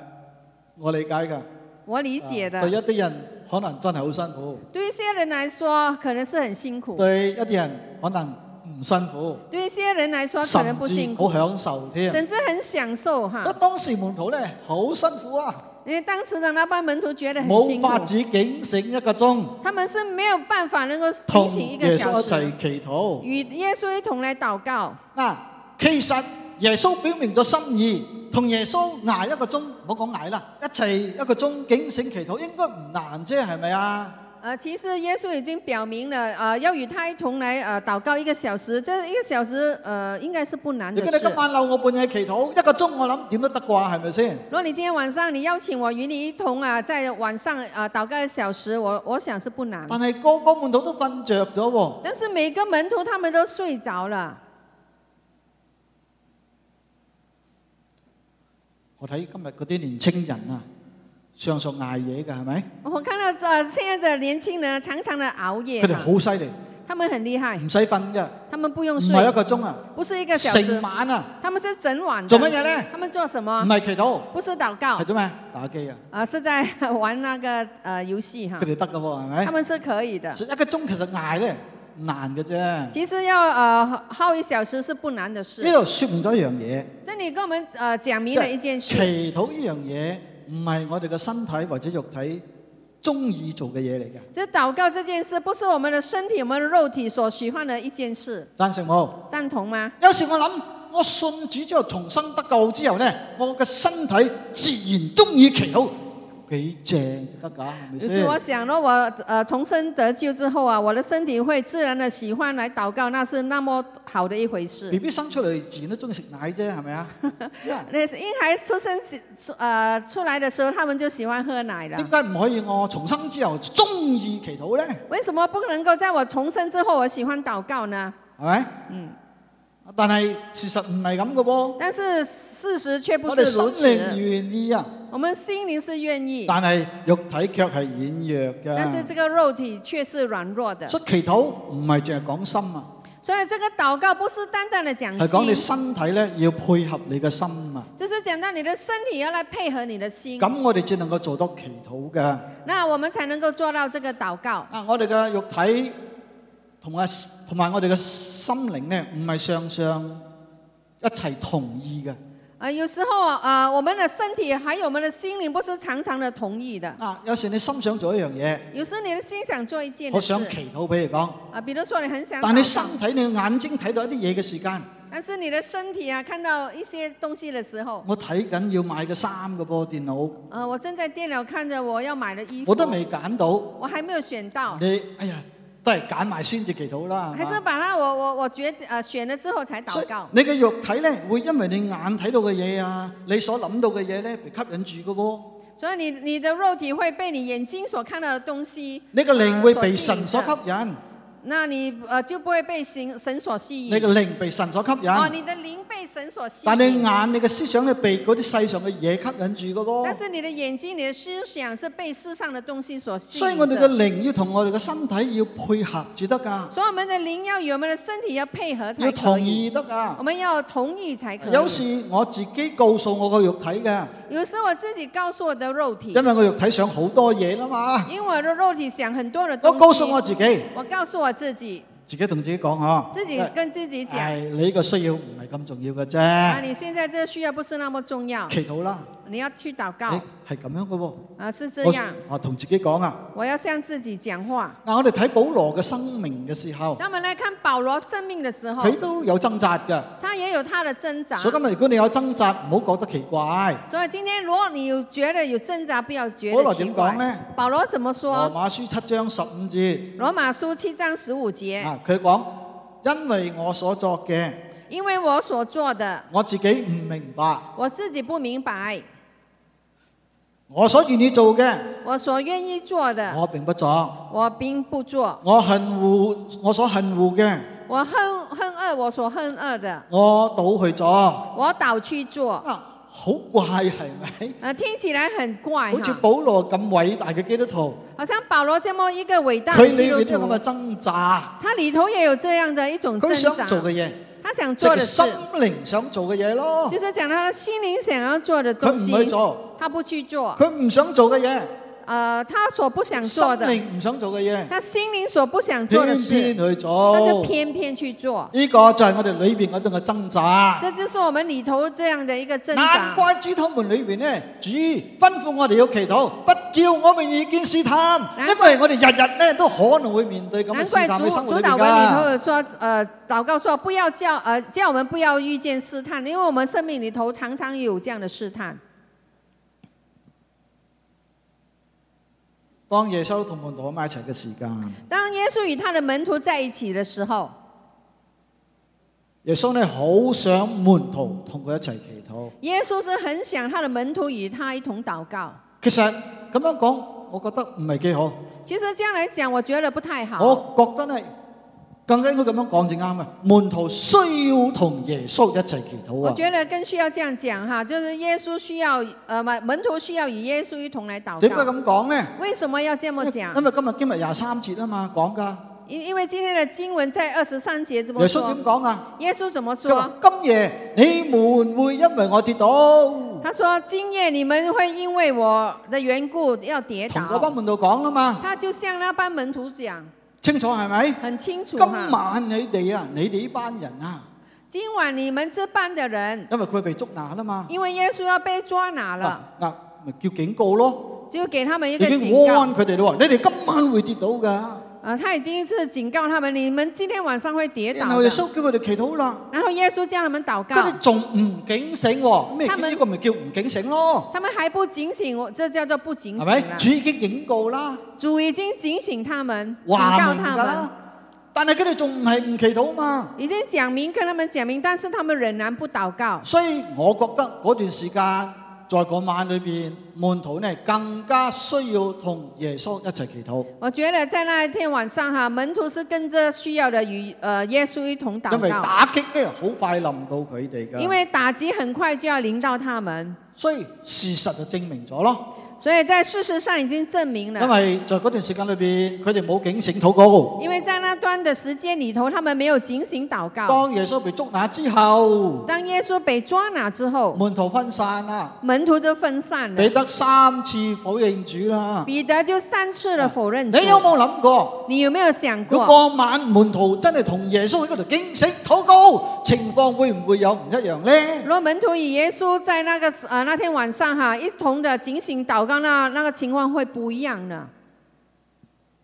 我理解㗎。
我理解的。
對一啲人可能真係好辛苦，
對一些人來說可能是很辛苦，
對一啲人可能唔辛苦，
對一些人來說可能
甚
不
至
辛苦，
好享受添。
甚至很享受哈
咁。當時門徒呢，好辛苦啊，
因為當時的那班門徒覺得很
冇
辛苦
法，子警醒一個鐘，
他們是沒有辦法能夠提
同
醒一個
耶穌
小
一
時，
齊祈禱。
與耶穌一同來禱告。
嗱，其實耶穌表明咗心意，同耶穌捱一個鐘，唔好講捱啦，一齊一個鐘警醒祈禱應該唔難啫，係咪啊？
呃，其實耶穌已經表明了，呃，要與他一同來呃禱告一個小時，這一個小時呃應該是不難
你
的
記得
事
今。晚留我半夜祈禱一個鐘，我諗點都得啩，係咪先？
如果你今天晚上你邀請我與你一同啊，在晚上啊祷告一小時，我我想是不难。
但係個個門徒都瞓着咗喎，
但是每個門徒他們都睡着了。
我睇今日嗰啲年青人啊，上上捱夜㗎係咪？
我看到这、現在的年輕人啊常常的熬夜
佢哋
啊，
好犀利，
他們很厲害，
唔使瞓嘅，
他們不
唔
用睡，
係一個鐘啊，
不是一個小
成
時，
晚啊，
他們是整晚的。
做乜嘢呢？
他們做什
唔
麼？
係祈禱，
不是禱告
係，做咩？打機啊，
啊、是在玩那個呃遊戲哈
佢。哋得㗎喎，係咪
他？們是可以的。
一個鐘其實捱咧唔難嘅啫。呢
其實要呃耗一小時是不難的事。
度説明咗一樣嘢，
這裡跟我們呃講
即
明了一件
係
事。
祈禱呢樣嘢唔係我哋嘅身體或者肉體中意做嘅嘢嚟嘅。
这祷告这件事，不是我们的身體、我们的肉體所喜歡的一件事，
贊成冇？
贊同嗎？
有時我諗，我信主之後重生得救之後呢，我嘅身體自然中意祈禱，幾正就得㗎，係咪
於是我
先？
想，若我呃重生得救之後啊，我的身體會自然的喜歡來禱告，那是那麼好的一回
B
事。
B 生出嚟自然都中意食奶啫，係咪 啊？點
那是嬰孩出生出呃出來的時候，他們就喜歡喝奶了。
解唔可以我重生之後中意祈禱呢？
為什麼不能夠在我重生之後，我喜歡禱告呢？
係咪？
嗯，
但係事實唔係咁嘅噃。
但是事實卻不
我哋
是如
生命
此。
願意啊，
我们心灵是愿意，
但係肉體卻係軟弱
但是
嘅。
这个肉體却是軟弱的。
所以祈禱唔係淨係講心啊，
所以這個禱告不是單單的
係講你
講心，
身體咧要配合你嘅心啊。
就是講到你的身體要來配合你的心，
咁我哋至能夠做到祈禱嘅。
那我們才能夠做到這個禱告。
啊，我哋嘅肉體同埋同埋我哋嘅心靈咧，唔係上上一齊同意嘅。
啊，有時候啊，我們的身體還有我們的心靈不是常常的同意的。
啊，有時你心想做一樣嘢，
有時你的心想做一件
我
的
想
事
祈禱，比如講，
啊，比如說你很想
但你
禱
身
告，
體你眼睛睇到一啲嘢嘅時間，
但是你的身體啊，看到一些東西的時候，
我睇緊要買嘅衫嘅噃電腦，
呃，我正在電腦看着我要買的衣服，
我都未揀到，
我還沒有選到，
你哎呀，都係揀埋先至祈禱啦。係
還是
嘛
把它我我我決呃選了之後才禱告。
你嘅肉體咧，會因為你眼睇到嘅嘢啊，你所諗到嘅嘢咧，被吸引住嘅喎。
所以你你的肉體會被你眼睛所看到的東西，
你嘅靈會被神
呃
所
所
吸
吸引
引，
那你呃就不會被神神所吸
你
引。
嘅靈被神所吸
哦，
引，
你的靈被神所吸
但你
引，
眼、你嘅思想咧，被嗰啲世上嘅嘢吸引住嘅
但
喎。
是你的眼睛、你的思想是被世上的東西所吸引
所
的。
以我哋嘅靈要同我哋嘅身體要配合至得㗎，
所以我們的靈要與我們的身體要配合才
要
可
同
以，
意得㗎。
我們要同意才可以。
有時我自己告訴我個肉體嘅，
有時我自己告訴我的肉體
因，為我肉體想好多嘢啦嘛。
因為我的肉體想很多的東
我
西。
告訴我自己，
我告訴我自己，
自己同自己講嗬，
自己跟自己講，
唉你嘅需要唔係咁重要嘅
啊，
啫，
你現在這個需要不是那麼重要，
祈禱啦，
你要去禱告
誒係咁樣嘅喎。
啊，是這樣。
哎我啊同自己講啊，
我要向自己講話。
嗱我哋睇保羅嘅生命嘅時候，
當我們來看保羅生命的時候，
佢都有掙扎嘅。
他也有他的掙扎。
所以今日如果你有掙扎，唔好覺得奇怪。
所以今天如果你有覺得有掙扎，不要覺
保羅
得
點
奇
講
怪。
呢
保羅怎麼
羅
說？
馬書七章十五節
羅馬書七章十五節，
啊，佢講：因為我所作嘅，
因為我所做的，
我自己唔明白；
我自己不明白；
我所願意做嘅，
我所願意做的，
我並不作；
我並不做；
我恨惡我所恨惡嘅，
我恨恨惡我所恨惡的，
我倒去做。
我倒去做。
啊，好怪係咪？
呃，聽起來很怪
好似
哈，
保羅咁偉大嘅基督徒，
好像保羅這麼一個偉大的
佢
基
裏
督
面都有咁嘅
徒，
掙扎，
他裏頭也有這樣的一種
佢想
掙扎。
做嘅嘢，
他想
即
做
係
的事
心，靈想做嘅嘢咯
就，是講他的心靈想要做的
佢
東
唔
西，
去做。
他不去做。
佢唔想做嘅嘢，
呃，他所不想
心
做的，
靈唔想做嘅嘢，
他心靈所不想做的
偏
事，
偏哦去
他就
做。
偏偏去做。
呢個就係我哋裏边嗰種嘅掙扎。
這就是我們裏頭這樣的一個掙
難
扎。
怪主禱文裏边呢，主吩咐我哋要祈禱，不叫我哋遇見試探，
難
因為我哋日日呢都可能會面對咁嘅
難
試
怪
探
主
喺生活
主
裏
禱
边
文裏頭
噶。
有說，呃，禱告說不要叫呃叫我們不要遇見試探，因為我們生命裏頭常常有這樣的試探。
當耶穌同門徒喺埋一齊嘅時間，
當耶穌與他的門徒在一起的時候，
耶穌呢好想門徒同佢一齊祈禱。
耶穌是很想他的門徒與他一同禱告。
其實咁樣講，我覺得唔係幾好。
其實這樣來講，我覺得不太好。
我覺得呢，更加應該咁樣講至啱嘅。門徒需要同耶穌一齊祈禱
我
啊！
覺得更需要這樣講哈，就是耶穌需要，呃，門门徒需要與耶穌一同來禱
點解
告。
咁講呢？
為什麼要這麼
因
講？
因為今日今日廿三節啊嘛，講噶。
因因為今天的經文在二十三節
耶
這麼
穌
說
點。講啊？
耶穌怎麼
佢
說
話？今夜你們會因為我跌倒，同
他說：今夜你們會因為我的緣故要跌
嗰班
倒。
門徒講啦嘛，
他就向那班門徒講，
清楚係咪？
很清楚
今
哈。
晚你哋啊，你哋呢班人啊，
今晚你們這班的人，
因為佢被捉拿啦嘛，
因為耶穌要被抓拿
嗱
了，
嗱咪叫警告咯，
就給他們
哦已
一個
經
警告
安。佢哋咯喎，你哋今晚會跌倒㗎。
啊，他已經是警告他們，你們今天晚上會跌
然
倒
後
的
耶。穌叫佢哋祈禱啦。
然後耶穌叫他們禱
跟
告
住。仲唔警醒喎？咩叫
他們
呢個咪叫唔警醒咯？
他们還不警醒，我這叫做不警
係
醒
咪？
了
主已經警告啦，
主已經警醒他們，警
話
告
明
他
㗎
們，
啦。但係佢哋仲唔係唔祈禱嘛？
已經講明跟他們講明，但是他們仍然不禱告。
所以我覺得嗰段時間在嗰晚裏面，門徒呢更加需要同耶穌一齊祈禱，
我觉得在那一天晚上哈，门徒是跟着需要的与呃耶稣一同祷
因為
告，
打擊呢好快臨到佢哋
因
㗎。
为打击很快就要临到他们，
所以事實就證明咗咯，
所以在事实上已经证明
因
了，
為在嗰段時間裏面，佢哋冇警醒禱告。
因为在那段的时间里头，他们没有警醒祷告。
當耶穌被捉拿之後，
当耶稣被抓拿之后，
門徒分散啦，
门徒就分散了
彼，得三次否認主啦。
彼得就三次的否认主。
你有冇諗過？
你有没有想
如
过，
果晚門徒真係同耶穌喺嗰度警醒禱告，情況會唔會有唔一樣呢？
如果门徒与耶稣在那个呃那天晚上哈一同的警醒祷告，那那个情况会不一样的。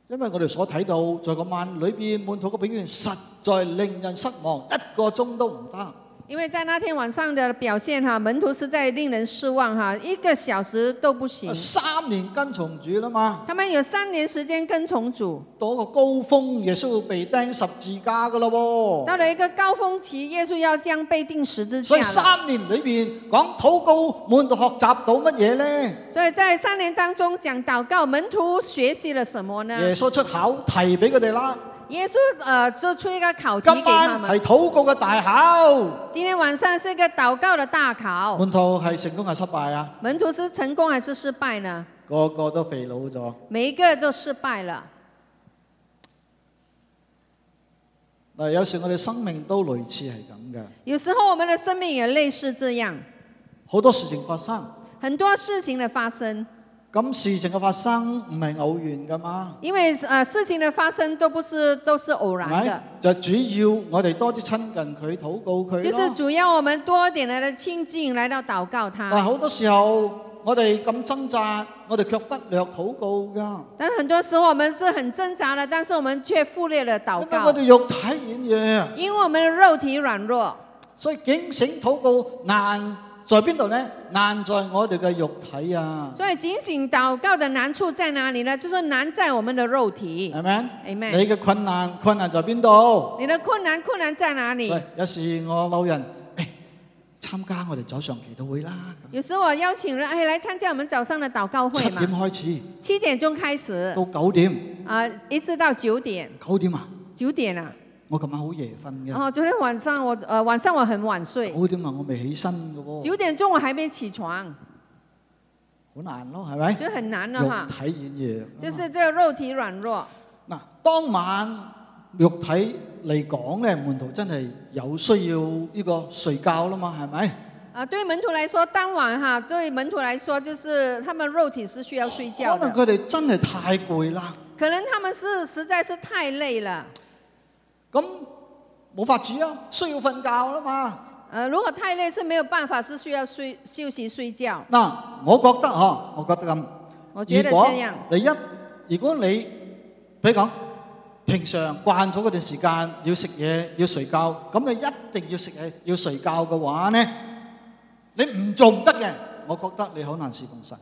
因為我哋所睇到在個晚裏邊，門徒嘅表現實在令人失望，一個鐘都唔得。
因为在那天晚上的表现哈，门徒实在令人失望哈，一个小时都不
啊
行。
三年跟從主啦嘛，
他们有三年时间跟从主，
到一個高峰，耶穌被釘十字架噶啦
到
喎。
了一个高峰期，耶稣要將被定十字架
所以
了。
三年裏邊講禱告，門徒學習到乜嘢呢？
所以在三年当中讲祷告，门徒学习了什么呢？
耶穌出考題俾佢哋啦，
耶稣呃做出一个考题
今
给他
晚
们
係。禱告嘅大考，
今天晚上是一个祷告的大考。
門徒係成功係失敗啊？
门徒是成功还是失败呢？
個個都肥佬咗。
每一个都失败了。
嗱，有時我哋生命都類似係咁嘅，
有时候我们的生命也类似这样，
好多事情發生。
很多事情的发生，
咁事情嘅發生唔係偶然噶嘛，
因为呃事情的发生都不是都是偶
係
然的
咪，？就主要我哋多啲親近佢，禱告佢
就是
咯。
主要我们多一点的来亲近，来到祷告他。
但係好多時候我哋咁掙扎，我哋卻忽略禱告噶，
但很多时候我们是很挣扎的，但是我们却忽略了祷
因為我
告，
哋肉體軟弱，
因为我们的肉体软弱，
所以警醒禱告難在邊度呢？難在我哋嘅肉體啊，
所以警醒祷告的难处在哪里呢？就是难在我们的肉体。
係咪？
Amen
你嘅困難困難在邊度？
你的困难困难在哪里
喂？，有時我老人，誒、參加我哋早上祈禱會啦，
有时我邀请人哎来参加我们早上的祷告
七哦
会
點
嘛，
開始
七点钟开始，
到九點，
啊、一直到九点，
九點啊，
九点啊。
我琴晚好夜瞓嘅，
哦，昨天晚上我呃晚上我很晚睡，
九點啊我未起身嘅喎，
九點鐘我還沒起床，
好難咯，係咪？
就很難了
肉
哈。
體軟弱，
就是这个肉体軟弱，
嗱，當晚肉體嚟講咧，門徒真係有需要呢個睡覺啦嘛，係咪？
啊，对门徒來說，當晚哈，对门徒來說，就是他們肉體是需要睡覺
可能
的，
佢哋真係太攰啦，
可能他們是實在是太累了。
咁冇法子啊，需要瞓覺啦嘛。
呃，如果太累是沒有辦法，是需要睡休息睡覺。
嗱，我覺得嗬，我覺得咁。
我覺得
如果
這樣
你一，如果你，比如講，平常慣咗嗰段時間要食嘢要睡覺，咁你一定要食嘢要睡覺嘅話呢，你唔做唔得嘅，我覺得你好難侍奉神。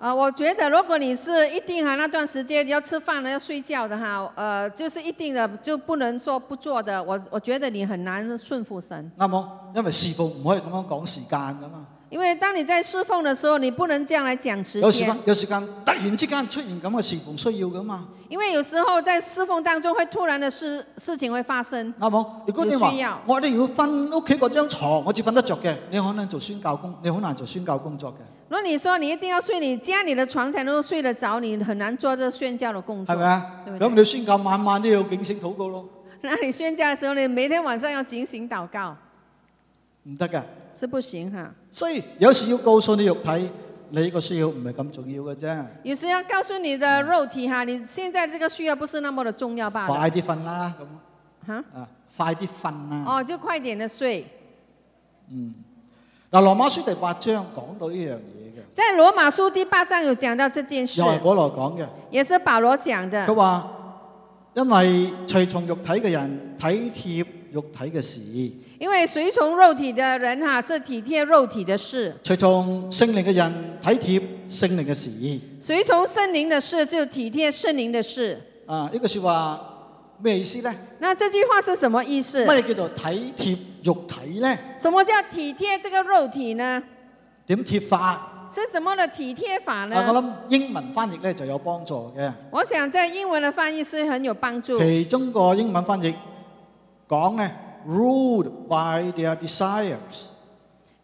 呃，我覺得如果你是一定哈那段時間要吃飯了要睡覺的哈，呃，就是一定的就不能說不做的，我我覺得你很難順服神，
啱冇？因為侍奉唔可以咁樣講時間噶嘛。
因為當你在侍奉的時候，你不能這樣來講時
有時
間
間，有時間突然之間出現咁嘅侍奉需要噶嘛。
因為有時候在侍奉當中會突然的事事情會發生。
啱冇？如果你
有需要
話我哋要瞓屋企嗰張床，我至瞓得着嘅，你可能做宣教工，你好難做宣教工作嘅。
如果你說你一定要睡你家里的床才能够睡得着，你很難做這宣教的工
係咪
作。
啊？
對唔對
咁你宣教晚晚都要警醒禱告咯，
那你宣教的時候，你每天晚上要警醒禱告
唔得㗎。
是不行哈。
所以有時要告訴你肉體，你個需要唔係咁重要嘅啫，
有时要告訴你的肉體哈，你現在這個需要不是那麼的重要罢了
快啲瞓啦咁
哈。
啊，快啲瞓啦。
哦，就快點的睡。
嗱，《羅馬書》第八章講到呢樣嘢嘅，
在羅馬書第八章有講到這件事
又，係保羅講嘅，
也是保羅講
佢
的。
話：因為隨從肉體嘅人體貼肉體嘅事，
因為隨從肉體的人哈，是體貼肉體的事；
隨從聖靈嘅人體貼聖靈嘅事。
隨從聖靈的事，就體貼聖靈的事。
啊，呢句説話咩意思呢？
那這句話是什麼意思？
乜嘢叫做體貼肉體呢？
什麼叫體貼這個肉體呢？
點貼法？
是怎么的体贴法
啊，
呢？
我諗英文翻譯咧就有幫助嘅。
我想在英文的翻译是很有帮助。
其中個英文翻譯講咧，ruled by their desires，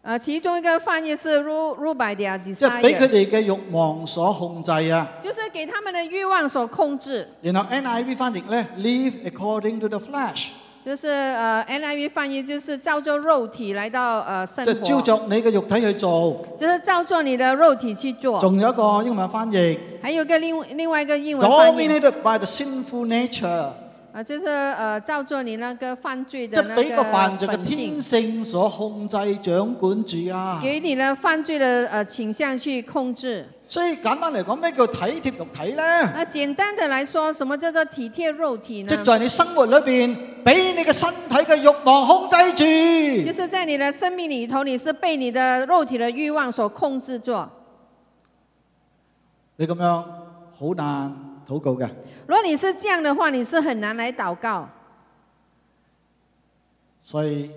呃，其中一个翻译是 rule rule by their
即係俾佢
desire，
哋嘅慾望所控制啊。
就是给他们的欲望所控制。
然後 NIV 翻譯咧，live according to the flesh，
就是呃，NIV 翻译就是照着肉体来到呃生
即
活，
係照着你嘅肉體去做。
就是照着你的肉体去做。
仲有一個英文翻譯
还有一个另另外一个英文翻译，
，dominated by the sinful nature，
呃，就是呃，照着你那个犯罪
即
的
係
那
俾個犯罪
个
嘅
本性
天，性所控制、掌管住啊。
给你的犯罪的呃倾向去控制。
所以簡單嚟講，咩叫體貼肉體咧？
那简单的来说，什么叫做体贴肉体呢
即？在你生活裏邊，俾你嘅身體嘅慾望控制
就
住。
是在你的生命里头，你是被你的肉体的欲望所控制住。
你咁樣好難禱告嘅。
如果你是这样的话，你是很难来祷告。
所以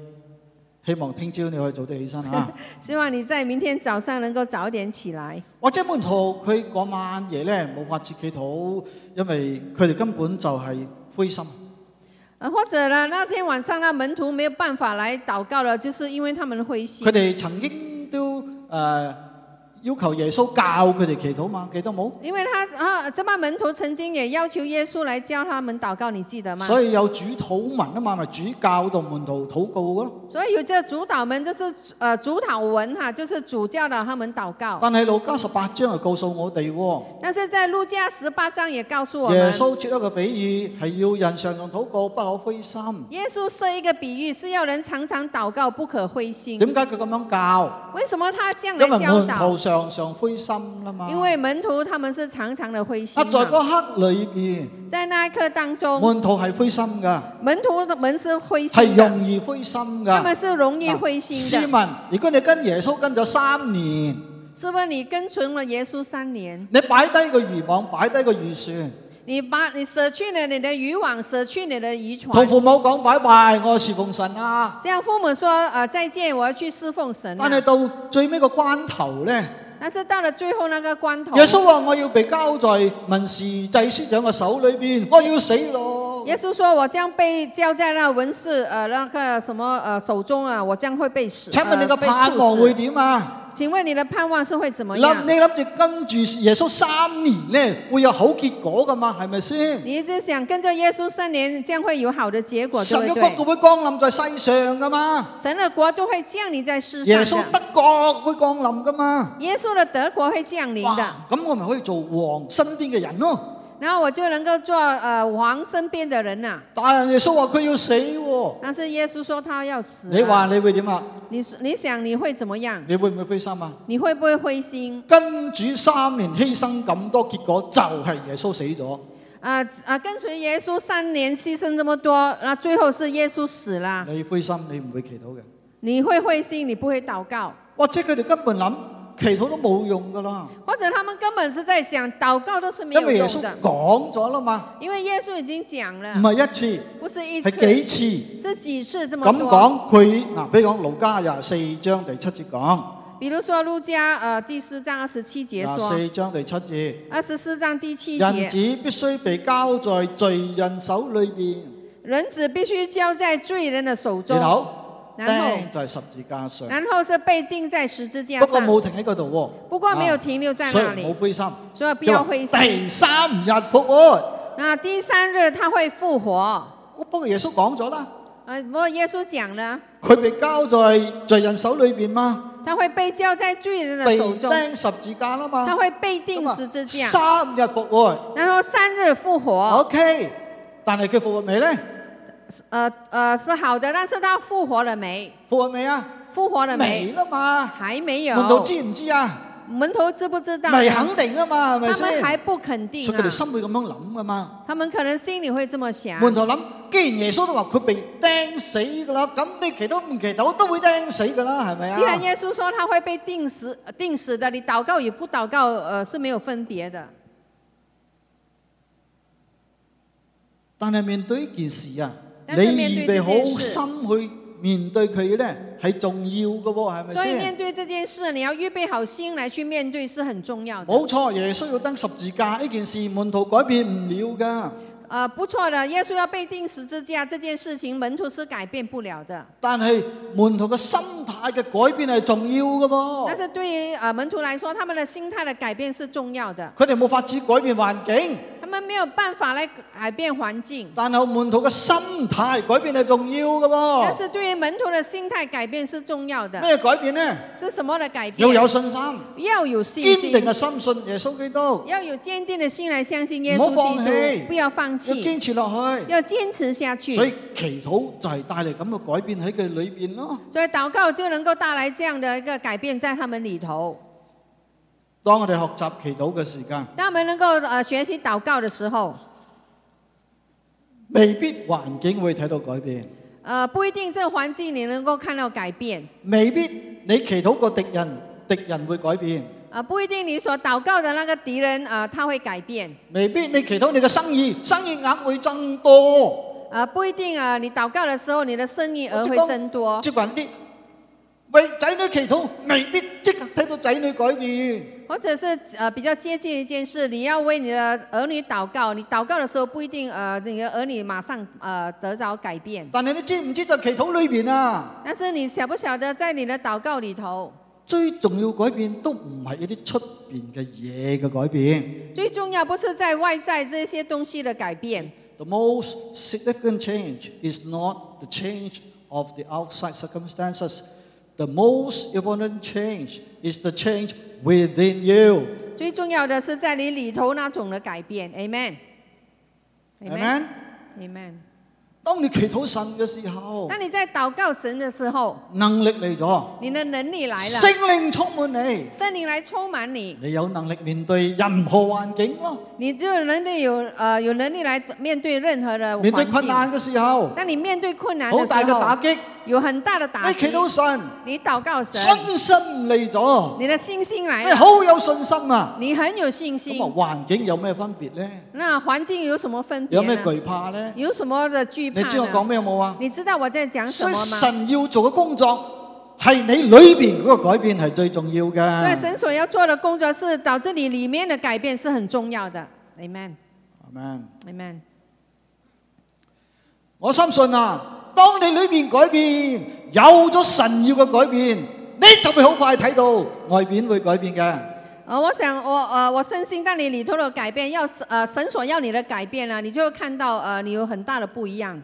希望聽朝你可以早啲起身啊！
希望你在明天早上能够早点起来。
或者門徒佢嗰晚夜咧冇法切祈禱，因為佢哋根本就係灰心。
呃，或者呢，那天晚上呢，门徒没有办法来祷告了，就是因为他们灰心
佢。哋曾經都誒、呃要求耶穌教佢哋祈禱嘛，記得冇？
因为他啊，这帮门徒曾经也要求耶稣来教他们祷告，你记得吗？
所以有主禱文啊嘛，咪主教導門徒禱告咯。
所以有这主导们，就是呃主导文哈，就是主教导他们祷告。
但係路加十八章又告訴我哋喎。
但是在路加十八章也告诉我
耶
们，
穌設一個比喻，係要人常常禱告，不可灰心。
耶稣设一个比喻，是要人常常祷告，不可灰心
點。解佢咁樣教？
为什么他这样
嗯因
来
為
教
門
导
徒？常常灰心啦嘛。
因为门徒他们是常常的灰心
啊，
嘛。
在嗰刻裏邊，
在那一刻当中，
門徒係灰心噶，
门徒的门是灰
係
心的，
容易灰心
他
噶
们。是容易灰心
試
的。
問，如果你跟耶穌跟咗三年，
试问你跟随了耶稣三年，
你擺低個漁網，擺低個漁船，
你把你舍去了你的渔网，舍去你的渔船，
同父母講拜拜，我侍奉神啊！
向父母说呃再见，我要去侍奉神了
但係到最尾個關頭呢，
但是到了最后那个关头，
耶穌話：我要被交在文士祭司長嘅手裏邊，我要死咯。
耶稣说：“我将被交在那文士呃那个什么呃手中啊，我将会被死。
請問你
呃
個
被
盼望
处死
會點啊？
请问你的盼望是会怎么
諗
样
你？諗住跟住耶穌三年咧，會有好結果噶嘛？係咪先？
你一直想跟着耶稣三年，將會有好的结果，
神
对
嘅
不
國度
对？
會降臨在世上噶嘛？
神的国度会降临在世
耶
上
穌
的，
德國會降臨噶嘛？
耶穌的德国会降临的。
哇咁我咪可以做王身邊嘅人咯。
然后我就能够做呃王身边的人啊呐、
但係耶穌話佢要死喎，
但是耶穌说他要死、啊，
你話你會點啊？
你你想你会怎么样？
你會唔會灰心啊？
你会不会灰心？
跟主三年犧牲咁多，結果就係耶穌死咗。
啊、啊！跟随耶穌三年，犧牲这么多，那最後是耶穌死了，
你灰心，你唔會祈禱嘅。
你會灰心，你不會祷告，
或者佢哋根本諗祈禱都冇用噶啦。
或者他们根本是在想祷告都是没
因
有
為耶
用
穌
的，
講咗啦嘛，
因為耶穌已經講
唔
了，
係一次，
不是一次，
係幾嗯次。
是幾次这么
咁
多。
講佢嗱，比如講《路加廿四章第七節講，
比如說路加呃第四章二十七節
廿
說，
四章第七節，
二十四章第七
人
節
子，必須被交在罪人手裏邊，
人子必須交在罪人的手中，
然
然後
後釘在十字架上。
然后是被釘在十字架
不過
上，
冇停喺嗰度
不過沒有停留
喎，
在
所以唔
那
好
裡，
灰心。
所以不要灰
因為
心。
第三日復活，
那第三日他會復活。
不過耶穌講咗啦，
呃，不过耶稣讲呢，
佢被交在罪人手裏邊嘛，
他会被交在罪人的
被
手中，
釘十字架啦嘛。
他会被钉十字架，
三日復活
然后三日复活。
，OK。但係佢復活未呢？
呃呃，是好的，但是他复活了没？
復活未啊？
复活了
未
没？
啦嘛。
还没有。
門徒知唔知啊？
门徒知不知道？
未肯定啊嘛，係咪
他们还
先？
不肯定
所以佢哋
啊。
心會咁樣諗噶嘛。
他们可能心里会這麼想。
門徒諗，既然耶穌都話佢被釘死噶啦，咁你祈禱唔祈禱都會釘死噶啦，係咪
既然
啊？
耶穌说他会被定死、定死的，你祷告与不祷告，呃，是没有分别的。
但係面對呢件事啊，你
但是面
預
對
備
呢件
好
事
心去面對佢呢係重要嘅喎，係咪
所以
先
面？对这件事，你要预备好心来去面对是很重要的。
冇錯，耶穌要登十字架呢件事，門徒改變唔了㗎。
呃，不错的，耶稣要被钉十字架这件事情，门徒是改变不了的。
但係門徒嘅心態嘅改變係重要㗎
但
噃。
是对于呃门徒来说，他们的心态的改变是重要的。
佢哋冇法子改變環境，
他们没有辦法来改變環境，
但係門徒嘅心態改變係重要㗎
但
噃。
是對於門徒的心態改變是重要的。
咩改變呢？
是什麼的改變？
要哎有信心，堅
要有信
定
心，
嘅深信耶穌基督，
要有堅定的心來相信耶
唔好放
穌基
棄
督，不要
要
放棄，
堅持落去。
要堅持下去。
所以祈禱就係帶嚟咁嘅改變喺佢裏邊咯。
所以禱告就能夠帶來這樣的一個改變在他們裡頭。
當我哋學習祈禱嘅時間，
當我們能夠呃學習禱告的時候，
未必環境會睇到改變，
呃不一定這環境你能夠看到改變，
未必你祈禱個敵人，敵人會改變，
呃不一定你所禱告的那個敵人呃他會改變。
未必你祈禱你嘅生意，生意額會增多。
啊，不一定啊，你祷告的时候，你的生意
我
额
就
会
讲
增多。
接近啲，為仔女祈禱，未必即刻睇到仔女改變。
或者是呃比较接近一件事，你要为你的儿女祷告，你祷告的时候不一定呃你的儿女马上呃得着改变，
但係你知唔知就祈禱裏邊啊，
但是你晓不晓得在你的祷告里头，
最重要改變都唔係一啲出邊嘅嘢嘅改變。
最重要不是在外在这些东西的改变，
The most significant change is not the change of the outside circumstances. The most important change is the change within you.
最重要的是在你里头那种的改变。Amen。
Amen?
Amen。
當你祈禱神嘅時候，
当你在祷告神的时候，
能力嚟咗，
你的能力来
聖
了，
靈充滿你，
圣灵来充满你。
你有能力面對任何環境咯。
你只有能力有呃有能力来面对任何的
面對
环
困
境。
難嘅時候，
当你面对困难
好
的
大嘅
时
打
候，
擊，
有很大的打
你
击
祈。禱神，
你祷告神，
信心嚟咗，
你的信心来
你
了，
好有信心啊！
你很有信
咁
心。
啊，環境有咩分別呢？
那环境有什么分别
有咩
呢？
懼怕呢？
有什么的惧怕
你知我講
呢？
咩冇啊？
你知道我在讲什
所以
么吗？
神要做嘅工作係你裏边嗰個改變係最重要
所以
嘅。
神所要做的工作是导致你里面的改变是很重要的。Amen。
Amen
Amen。
我深信啊，當你裏边改變，有咗神要嘅改變，你就會好快睇到外边會改變 嘅。
呃，我想我呃，我深信，当你里头的改变，要是呃神所要你的改变啊呢，你就会看到呃你有很大的不一样。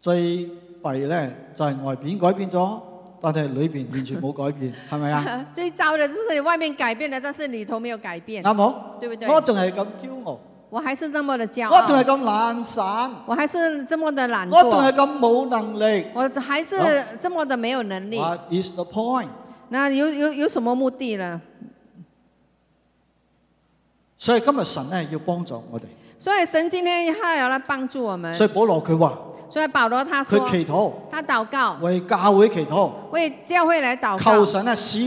最弊呢，就係外边改變咗，但係裏边完全冇改變，係咪啊？
最糟的就是你外面改变了，但是里头没有改变，
啱冇？
对不对？
我仲係咁驕傲，
我还是那么的骄
我仲係
傲，
咁懶散，
我还是这么的懒
我仲係啊
惰，
咁冇能力。
我还是
好
这么的没有能力。
What is the point？
那有有有什么目的呢？
所以今日神呢要幫助我哋。
所以神今天他要来帮助我们。
所以保羅佢話。
所以保罗他说
佢，祈禱，
他祷告，
為教會祈禱，
为教会来祷
求
告，
神啊使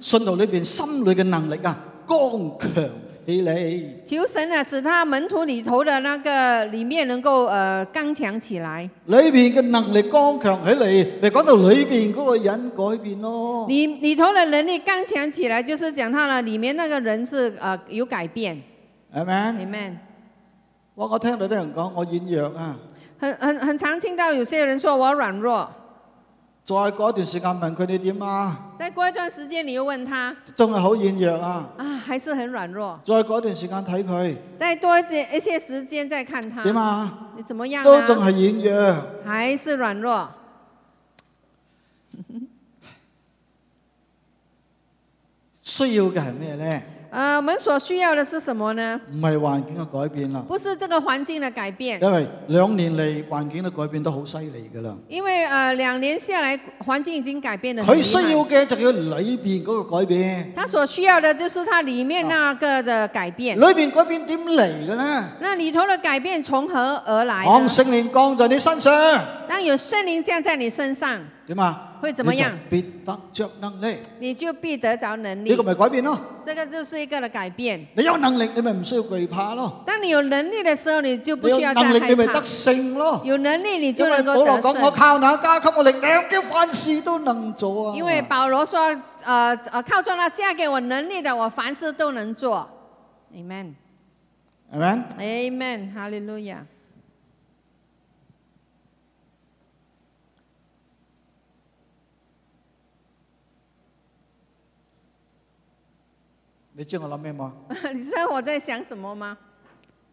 信徒裏邊心裏嘅能力啊剛強起嚟。
求神呢使他门徒里头的那个里面能够呃刚强起来，
裏邊嘅能力剛強起嚟，咪講到裏邊嗰個人改變咯。
里里头的能力刚强起来，就是讲他呢里面那个人是呃有改变。
係咪？
Amen。
哇！我聽到啲人講我軟弱啊，
很很很常听到有些人说我软弱，
再過一段時間問佢哋點啊，
再过一段时间你又问他
仲係好軟弱啊。
啊，还是很软弱。
再過一段時間睇佢
再多一些一些时间再看他，
點啊，
你怎么样
都仲
啊？
係軟弱。
还是软弱。
需要嘅係咩呢？
呃，我们所需要的是什么呢？
唔係環境嘅改變啦，
不是这个環境的改變，
因為兩年嚟環境嘅改變都好犀利㗎啦。
因为呃兩年下来環境已經改變了。
佢需要。嘅就叫裏邊嗰個改變，
他所需要的就是它里面那个的改變。
裏邊改變點嚟嘅呢？
那里头的改變從何而來呢
當聖靈降在你身上，
當有聖靈降在你身上，
點點啊？
會怎麼樣
你就必得着能力。
你就必得着能力
呢個。咪改變咯。
这个就是一个的改變。
你有能力，你咪唔需要懼怕咯。
當你有能力的時候，你就不
你有
需要再
能力，
害
你咪得
怕。
勝咯。
有能力你
因
就能
為保
夠
羅
得
講：我
勝。
靠那加給我力量嘅，凡事都能做啊。
因為保羅說：，呃呃，靠住那加給我能力的，我凡事都能做。Amen。
係咪？
Amen。哈利路亞。
你知我諗咩嘛？
你知道我在想什麼嗎？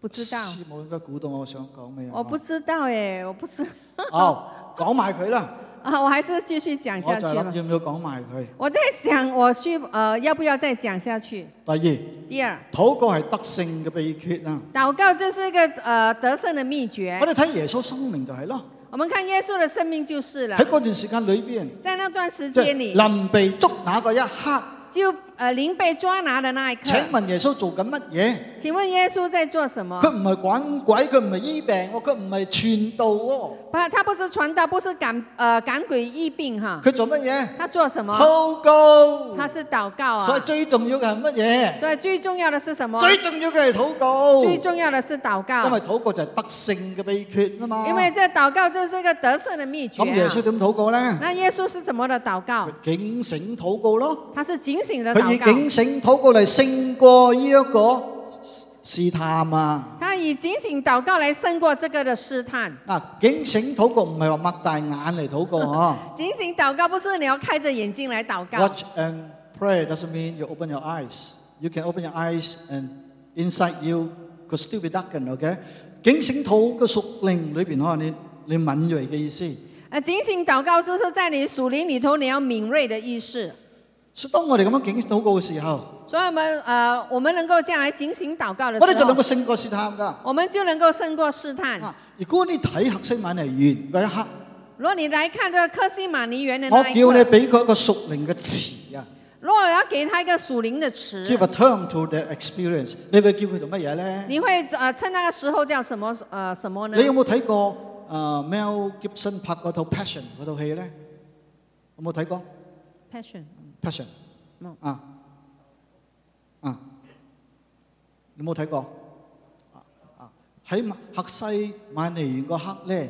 不知道，
師母應該估到我想講咩啊？
我不知道 哎，我不知
哦，講埋佢啦。
啊，我還是繼續講
我
下
就
去吧
諗。要唔要講埋佢。
我在想，我需呃要不要再講下去？
第二，
第二，
禱告係得勝嘅秘訣啊！
禱告就是一個呃得勝的秘訣
我。哋睇耶穌生命就係咯，
我們看耶穌的生命就是了
喺，嗰段時間裏邊，
在那段時
即
間
係
裏，
臨被捉那個一刻，
就呃臨被抓拿的那一刻，
請問耶穌做緊乜嘢？
請問耶穌在做什麼？
佢唔係趕鬼，佢唔係醫病喎，佢唔係傳道喎，
不，他不是傳道，不是趕呃趕鬼疫病哈，
佢做乜嘢？
他做什麼？
禱告。
他是禱告
所以
啊。
最重要嘅係乜嘢？
所以最重要的是什麼？
最重要嘅係禱告，
最
因為
重要的是禱告，
禱告就係得勝嘅秘訣啊嘛。
因為這禱告就是一個得勝的秘訣、
咁耶穌
啊。
點禱告咧？
那耶穌是怎麼的禱告
佢？警醒禱告咯。
他是警醒的
佢以
禱告，
警醒禱告嚟勝過呢一個試探啊！
他以警醒禱告來勝過這個的試探。
嗱，警醒禱告唔係話擘大眼嚟禱告嗬
警醒禱告不是你要開着眼睛來禱告，
Watch and pray doesn't mean you open your eyes. You can open your eyes and inside you could still be darkened. OK？警醒禱嘅屬靈裏邊，可能你你敏鋭嘅意思。
呃，警醒禱告就是在你屬靈裡頭你要敏銳的意識。
所以當我哋咁樣警醒禱告嘅時候，
所以我们呃，我们能夠這樣來警醒禱告的
我哋
時
就能
候
夠，勝過試探㗎。
我們就能夠勝過試探。
啊！如果你睇黑色晚嚟完嗰一刻，
如果你來看這克西馬尼園的
我
那一
叫你
刻，
俾佢一個屬靈嘅詞啊！
如果我要給他一個屬靈的詞，
give a term to the experience，你會叫佢做乜嘢咧？
你会呃趁那個時候叫什麼呃什麼呢
你？有冇睇過誒、呃 Mel Gibson 拍嗰套 Passion 嗰套戲咧？有冇睇過
passion
Passion？
冇
啊啊！你有冇睇過？啊啊喺馬客西馬尼園嗰刻咧，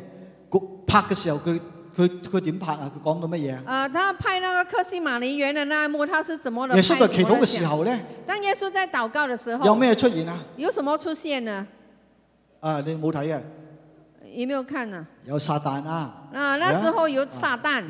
佢拍嘅時候佢佢佢點拍啊？佢講到乜嘢啊？
呃，他拍那個克西馬尼園的那一幕，他是怎麼的？
耶穌在祈禱嘅時
時候，
候咧，
當耶穌在禱告的時候，
有咩出現啊？
有什麼出現呢？
啊，你冇睇啊？
有沒有看呢、
有撒旦啊，
啊？那時候有撒旦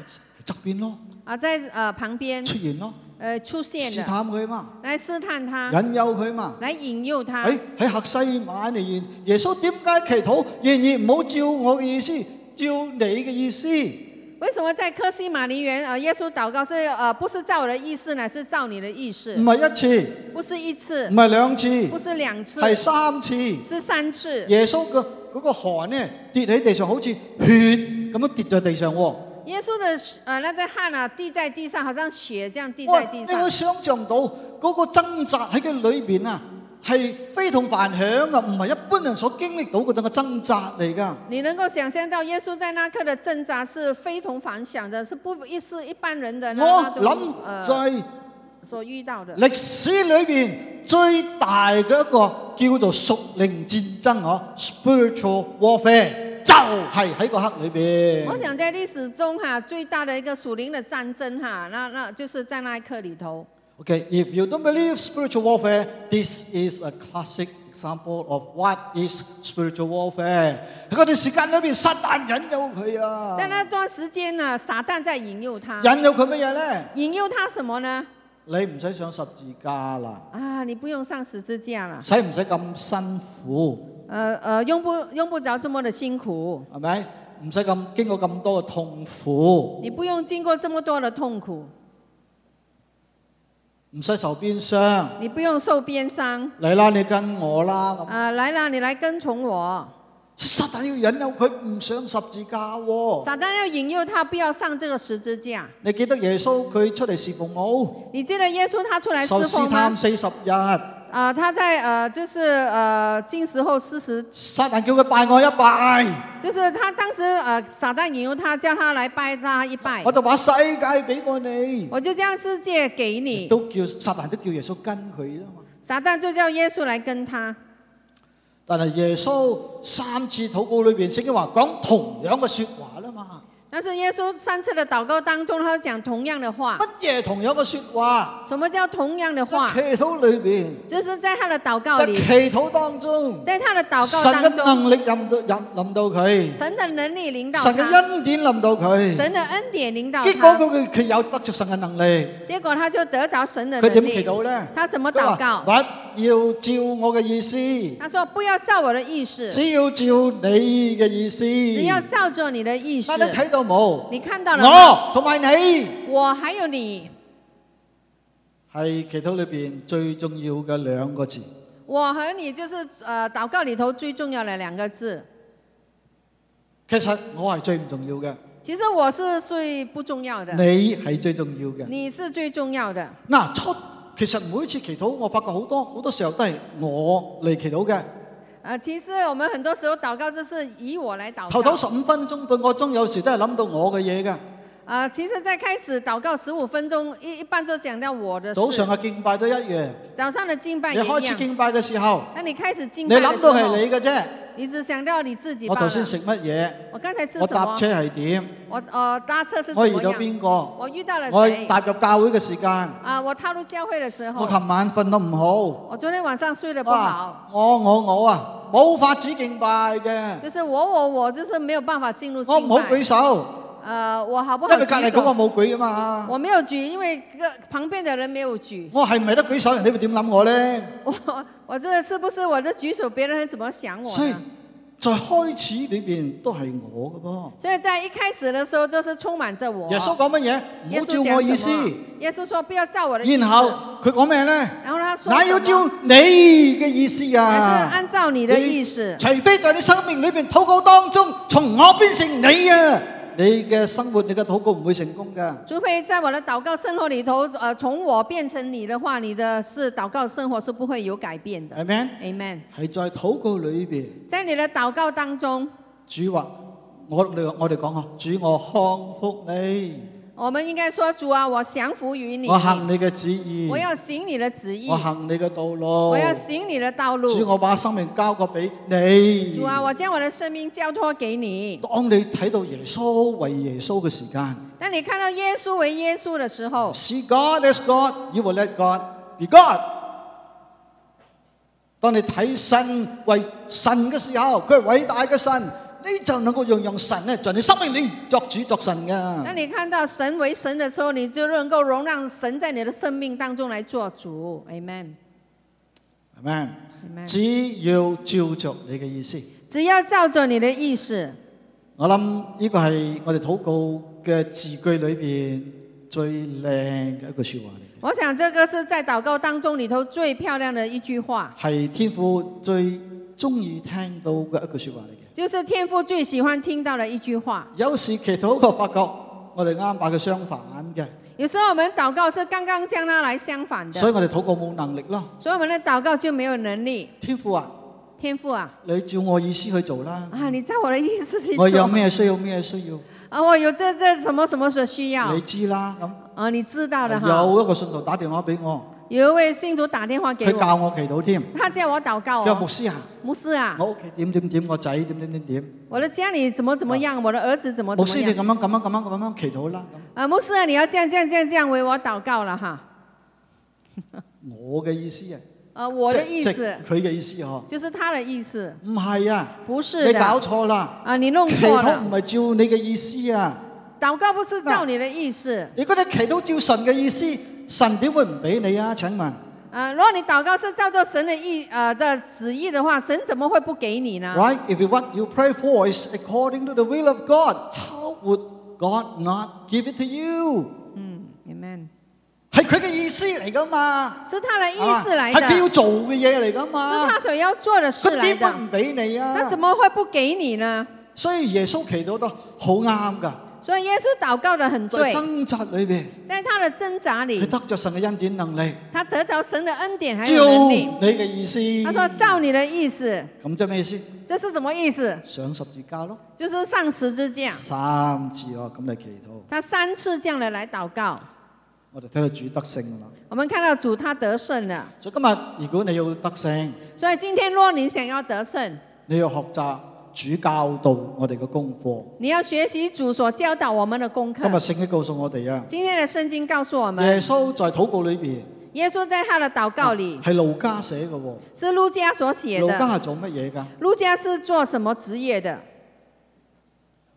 側邊咯，
啊，在呃旁邊
出現咯，
呃出現
試
的，
探佢嘛。
來試探他，
引誘佢嘛。
來引誘他。
喺喺客西馬尼園，耶穌點解祈禱？然而唔好照我嘅意思，照你嘅意思。
為什麼在科西馬尼園呃耶穌禱告是呃不是照我的意思呢？是照你的意
唔
思，
係一次，
不是一
唔
次，
係兩次，
不嗯是兩次，
係三次。
是三次。
耶穌嘅嗰個汗呢，跌喺地上，好似血咁樣跌在地上喎。
耶穌的呃那在汗啊滴在地上，好像血這樣滴
哇！
在地
你
上
可以。想象到嗰個掙扎喺佢裏邊啊，係非同凡響啊，唔係一般人所經歷到嗰種嘅掙扎嚟㗎。
你能夠想象到耶穌在那刻的掙扎是非同凡響的，是不一是一般人的那
我
那
諗
種呃
就係、
所遇到的。
歷史裏邊最大嘅一個叫做屬靈戰爭哦 （spiritual warfare） 就係喺個黑裏
我
邊。
想在歷史中哈、最大的一個屬靈的戰爭哈、那那就是在那一刻裡頭。
Okay，if you don't believe spiritual warfare, this is a classic example of what is spiritual warfare。喺嗰段時間裏邊，撒旦引誘佢啊，
在那段時間呢，撒旦在引誘他，
引誘佢乜嘢咧？
引誘他什麼呢？
你唔使上十字架啦，
啊，你不用上十字架了，
使唔使咁辛苦？
呃呃，用不用不着這麼的辛苦，
係咪？唔使咁經過咁多嘅痛苦。
你不用經過這麼多的痛苦，
唔使受邊傷，
你不用受鞭傷。
嚟啦，你跟我啦咁。
啊、來啦，你來跟從我。
撒旦要引誘佢唔上十字架喎、
撒旦要引誘他不要上這個十字架。
你記得耶穌佢出嚟侍奉我，
你記得耶穌他出來侍
受試
奉
探
嗎？
四十日，
啊、他在呃，就是呃，进食后四十，
撒但叫佢拜我一拜，
就是他当时呃，撒旦引诱他，叫他来拜他一拜
我，就把世界俾過你，
我就将世界给你。
都叫撒但都叫耶穌跟佢啦嘛。
撒旦就叫耶稣来跟他，
但係耶穌三次禱告裏邊，聖經話講同樣嘅説話啦嘛。
但是耶稣三次的祷告当中，他讲同样的话。
乜嘢係同樣嘅説話？
什么叫同样
喺
的话？
祈禱裏邊，
就是在他的祷告
喺
里，
祈禱當中，
在他的祷
神
告
嘅
当中，
能力臨到臨臨到佢，
神的能力领导
神嘅
他，
恩典臨到佢。
神的恩典领导
嗯結果
他，
佢佢有得着神嘅能力，
结果他就得着神的
佢
能
點祈
力。
禱咧？
他怎么
佢話
祷告？
不要照我嘅意思，
他说：“不要照我的意思，
只要照你嘅意思。
只要照着你的意思
但。你睇到冇？
你看到了吗？
我同埋你
我还有你，
係祈禱裏邊最重要嘅兩個字。
我和你就是呃，祷告里头最重要的两个字。
其實我係最唔重要嘅，
其实我是最不重要的，
你係最重要嘅。
你是最重要的。
嗱，出其實每次祈禱，我發覺好多好多時候都係我嚟祈禱嘅。
呃，其实我们很多时候祷告就是以我来祷
頭頭
告。
十五分鐘半個鐘，有時都係諗到我嘅嘢嘅。
呃，其实，在开始祷告十五分钟，一一般就讲到我的
早
事。
上嘅敬拜都一樣。
早上的敬拜
你
也一
開始
样。
敬拜嘅時候，
当你开始敬
你
拜的
諗
时
到係
候，
你嘅啫。
你只想到你自己
我
罢
頭
了。
先食乜嘢？
我刚才吃
我
什
搭
么？
車係點？
我呃搭车是怎
我
么
遇到
样？
邊個？
我遇到了
我
谁？
踏入教會嘅時間，
啊，我踏入教会的时
我
候，
琴晚瞓得唔
我昨天晚上睡得不
好，
好，
啊，我我我啊，冇法子敬拜嘅，
就是我我我就是没有办法进入
我唔
敬
好舉
拜。
手，
呃，我好不好
因為隔離
举
嗰個
手？
冇舉啊嘛，
我没有举，因为个旁邊的人沒有举。
我係咪得舉手，人哋會點諗我咧？
我我这是不是我这举手，别人怎麼想我
所以
呢？
在開始裏邊都係我嘅噃。
所以在一開始的時候，都是充滿着我。
耶穌講乜嘢？唔
耶
好
穌
照
講
我意思
什。麼耶穌說不要照我的意思。
然後佢講咩咧？
然後他說
乃
什
要
麼
照你嘅意思
还是
啊！
按照你的意思。
除非在你生命裏邊禱告當中，從我變成你啊！你嘅生活，你嘅禱告唔會成功㗎。
除非在我的禱告生活里头，呃，从我变成你的话，你的是祷告生活是不会有改變的。
Amen。
Amen。
係在禱告裏邊，
在你的禱告當中，
主話：我哋我哋講啊，主我康復你，
我們應該說：主啊，我降服於你，
我行你嘅旨意
我，要行你的旨意
我，行你嘅道路
我。要行你的道
主，
路。
我把生命交過俾你。
主啊，我將我的生命交托給你。
當你睇到耶穌為耶穌嘅時間
當你看到耶穌為耶穌的時候，
，See God as God, you will let God be God。當你睇神為神嘅時候，佢係偉大嘅神，你就能夠讓讓神咧在你生命裏作主作神
當
㗎。
你看到神為神的時候，你就能夠容讓神在你的生命當中來做主。Amen。
係咪？
Amen。
只要照着你嘅意思，
只要照着你的意思。
我諗呢個係我哋禱告嘅字句裏邊最靚嘅一句説話嚟
我想这个是在禱告當中里頭最漂亮的一句話，
嘅，係天父最中意聽到嘅一句説話嚟嘅。
就是天父最喜歡聽到的一句話。
有時祈禱我發覺我哋啱把佢相反嘅，
有時候我們禱告是剛剛將它來相反的，
所以我哋禱告冇能力咯。
所以我們的禱告就沒有能力。
天父啊，
天父啊，
你照我意思去做啦。
啊，你照我的意思去做
我有咩需要咩需要，
啊，我有这这什么什么所需要
你知啦咁。
啊，你知道的哈。
有一個信徒打電話俾我，
有一位信徒打電話給
佢
我，
教我祈禱添。
他叫我禱告
佢話牧
哦，
師啊，
牧師啊，
我屋企點點點，我仔點點點點。
我的家裡怎麼怎麼樣，我的兒子怎麼怎
啊牧
麼
師你
樣
咁樣咁樣咁樣咁樣祈禱啦咁。
啊，牧師啊，你要這樣這樣這樣這樣為我禱告了哈。
我嘅意思啊，
啊，我的
即
意
即
思。
佢嘅意思嗬，
就是他的意思，
唔係啊，
不是
你
的。
搞錯啦。
啊，你弄
祈
錯
禱唔係
了。
照你嘅意思啊。
禱告不是照你的意思。
如果你祈禱照神嘅意思，神點會唔俾你啊？請問，
啊，如果你禱告是照着神的意呃的旨意的話，神怎麼會不給你呢？
right? If what you pray for is according to the will of God, how would God not give it to you？
嗯，amen，
係佢嘅意思嚟噶嘛？
是他的意思來
係
的，
佢
是
要做嘅嘢嚟噶嘛
他？所要做的事
佢
來
點
的
會，唔俾你
那
啊
怎？麼會不給你呢？
所以耶穌祈禱都好啱噶。
所所以耶稣祷告的很
在
对，
掙扎裏邊，
在他的挣扎
佢
里，
得着神嘅恩典能力，
他得着神的恩典还有
照
能力。
你嘅意思。
他说：“照你的意思，
咁即係咩意思？
这是什么意思？
上十字架咯，
就是上十字架。
三次哦，咁嚟祈禱。
他三次这样的来祷告，
我哋睇到主得勝啦。
我们看到主他得胜了。
所以今日如果你要得勝，
所以今天若你想要得胜，
你要學習主教導我哋嘅功課。
你要学习主所教导我们的功
今日
课。
聖經告訴我哋啊，
今天的圣经告诉我
耶
们，
穌在禱告裏邊
耶稣在他的祷告里
係路加寫嘅喎。
是路加所写
路加
的。
係做乜嘢㗎？
路加是做什么职业的？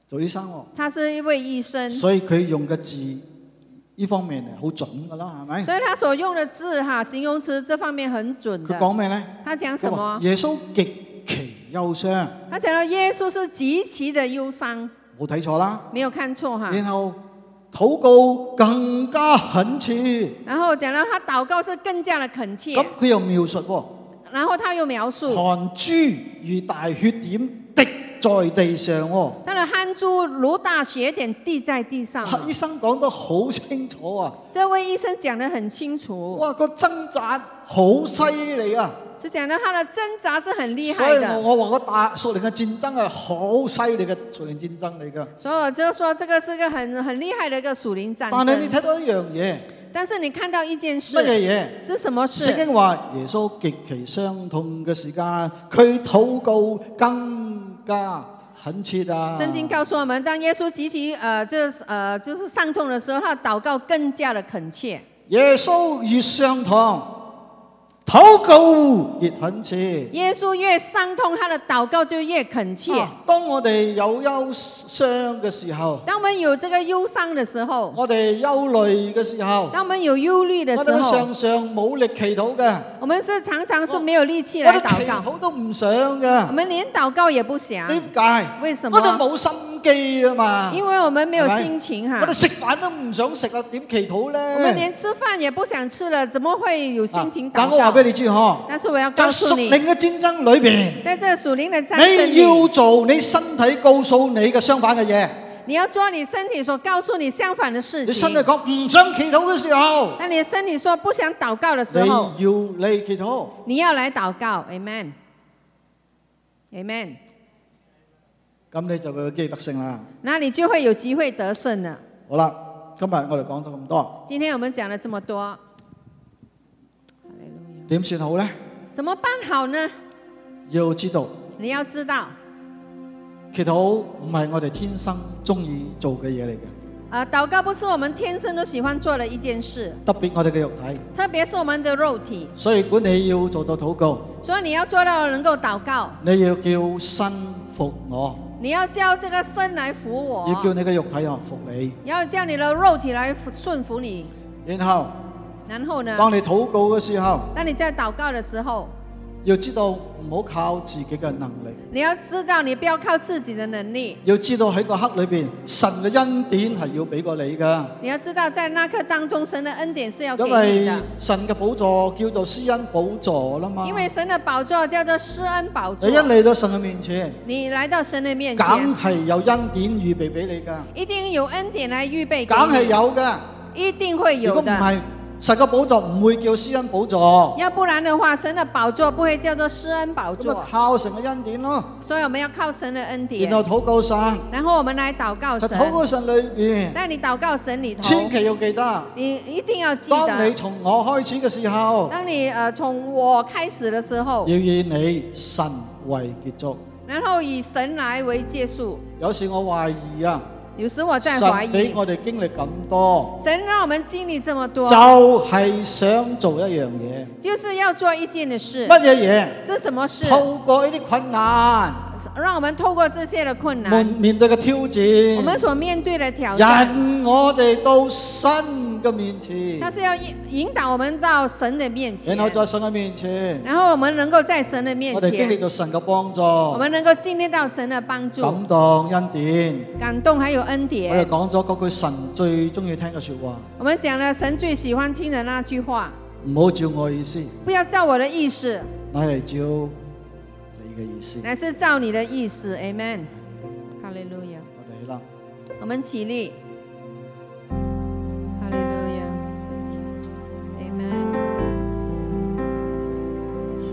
做醫生喎，
他是一位医生，所
所以佢用嘅字呢方面係好準㗎啦，係咪？
以他所用的字哈，形容词这方面很准
佢
的。
講咩呢？
他讲什
佢話
么？
耶穌極其憂傷，
他讲到耶穌是极其的忧伤，
冇睇錯啦。
没有看错哈。
然後禱告更加懇切，
然后讲到他祷告是更加的恳切，
咁佢又描述喎。
然后他又描述
汗珠如大血點滴在地上喎、
他的汗珠如大雪点滴在地上。
哇啊醫生講得好清楚啊！
这位医生讲得很清楚，
哇，個掙扎好犀利啊！
是讲到他的挣扎是很厉
所
害
以我
的。
我話個大屬靈嘅戰爭係好犀利嘅屬靈戰爭嚟㗎。
所以我就说这个是个很很厉害的一个属灵战
但係你
争。
睇到一樣嘢，
但是你看到一件
乜
事，
嘢嘢？
是什么
聖
事？
經話耶穌極其傷痛嘅時間，佢禱告更加懇切啊！
圣经告诉我们，当耶稣极其呃，这呃就是上痛的时候，他的祷告更加的恳切。
耶穌越傷痛，禱告越懇切。
耶稣越伤痛，他的祷告就越恳切。
啊當我哋有憂傷嘅時候，
当我们有这个忧伤的时候，
我哋憂慮嘅時候，
当我们有忧虑的
我
时
哋會
候，
常常冇力祈禱嘅，
我们是常常是没有力气
哦我
来
哋
祷
祈
告，
禱都唔想
我
嘅。
们連祷告也不想，
點解？
為什麼
我哋冇心機啊嘛！
因为我们没有心情哈
我哋。食飯都唔想食啊，點祈禱
我们
咧？
连吃饭也不想吃了，怎么会有心
啊
情
但
祷
我話
告
俾？你知嗬，
但是我要
在
告
屬
诉你，
靈嘅戰爭裏邊，
在这属灵的战争
你要
里，
做你身體告訴你嘅相反嘅嘢。
你要做你身体所告诉你相反的事
你身體
情。
講唔想祈禱嘅時候，
当你的身体说不想祷告的时
你
候，
要你祈禱。
你要来祷告，Amen。Amen，
咁你就會有機得勝啦。
那你就会有机会得胜了。
好啦，今日我哋講咗咁多，
今天我们讲了这么多，
點算好呢？
怎么办好呢？
要知道，
你要知道，
祈禱唔係我哋天生中意做嘅嘢嚟嘅，
呃，祷告不是我们天生都喜歡做的一件事，
特別我哋嘅肉體。
特別是我們的肉體。
所以管你要做到禱告，
所以你要做到能夠禱告，
你要叫身服我，
你要叫這個身來服我，
要叫你嘅肉體啊服你。
要叫你的肉體來順服你。
然後
然後呢，
當你禱告嘅時候，
當你在禱告的時候，
要知道唔好靠自己嘅能力，
你要知道你不要靠自己的能力，
要知道喺個刻裏邊，神嘅恩典係要俾過你㗎。
你要知道在那刻當中，神的恩典是要給
因啊
你
為
的。
神嘅寶座叫做施恩寶座啦嘛。
因為神的寶座叫做施恩寶座
你一，嚟到神嘅面前，
你來到神的面
梗
前，
係有恩典預備俾你㗎，
一定有恩典來預備
梗係
給
有㗎。
你，一定會
如果
有
唔
的。
係，神嘅寶座唔會叫施恩寶座，
要不然的话，神的宝座不会叫做施恩宝
咁
座
啊，靠神嘅恩典咯。
所以我们要靠神的恩典
然，後禱告神，
然后我们来祷告
就
神。
禱告神裏邊，
在你祷告神里头
千，祈要記得，
你一定要记
當你
得，
從我開始嘅時候，
当你呃从我开始的时候
要，以你神為結束。
然后以神来为结束。
有時我懷疑啊，
有时我在怀
神俾
疑，
我哋經歷咁多，
神让我们经历这么
就
多，
係想做一樣嘢。
就是要做一件的事，
乜嘢嘢？
是什么事？
透過呢啲困難，
让我们透过这些的困
面
难，
面對嘅挑
我
戰
们，所面对的挑战，
引我哋到神嘅面前，
它是要引引导我们到神的面前
然。後在神嘅面前，
然后我们能够在神的面
我哋經歷
前，
到神嘅幫
我
助、
们能够经历到神的帮助、
感動、恩典。
感动还有恩
我哋
典。
講咗嗰句神最中意聽嘅説話，
我们讲了神最喜歡聽的那句话：
唔好照我意思，
不要照我的意思，
乃係照你嘅意思。
乃是照你的意思。Amen。哈利路亚。
我哋起立，
我们起立，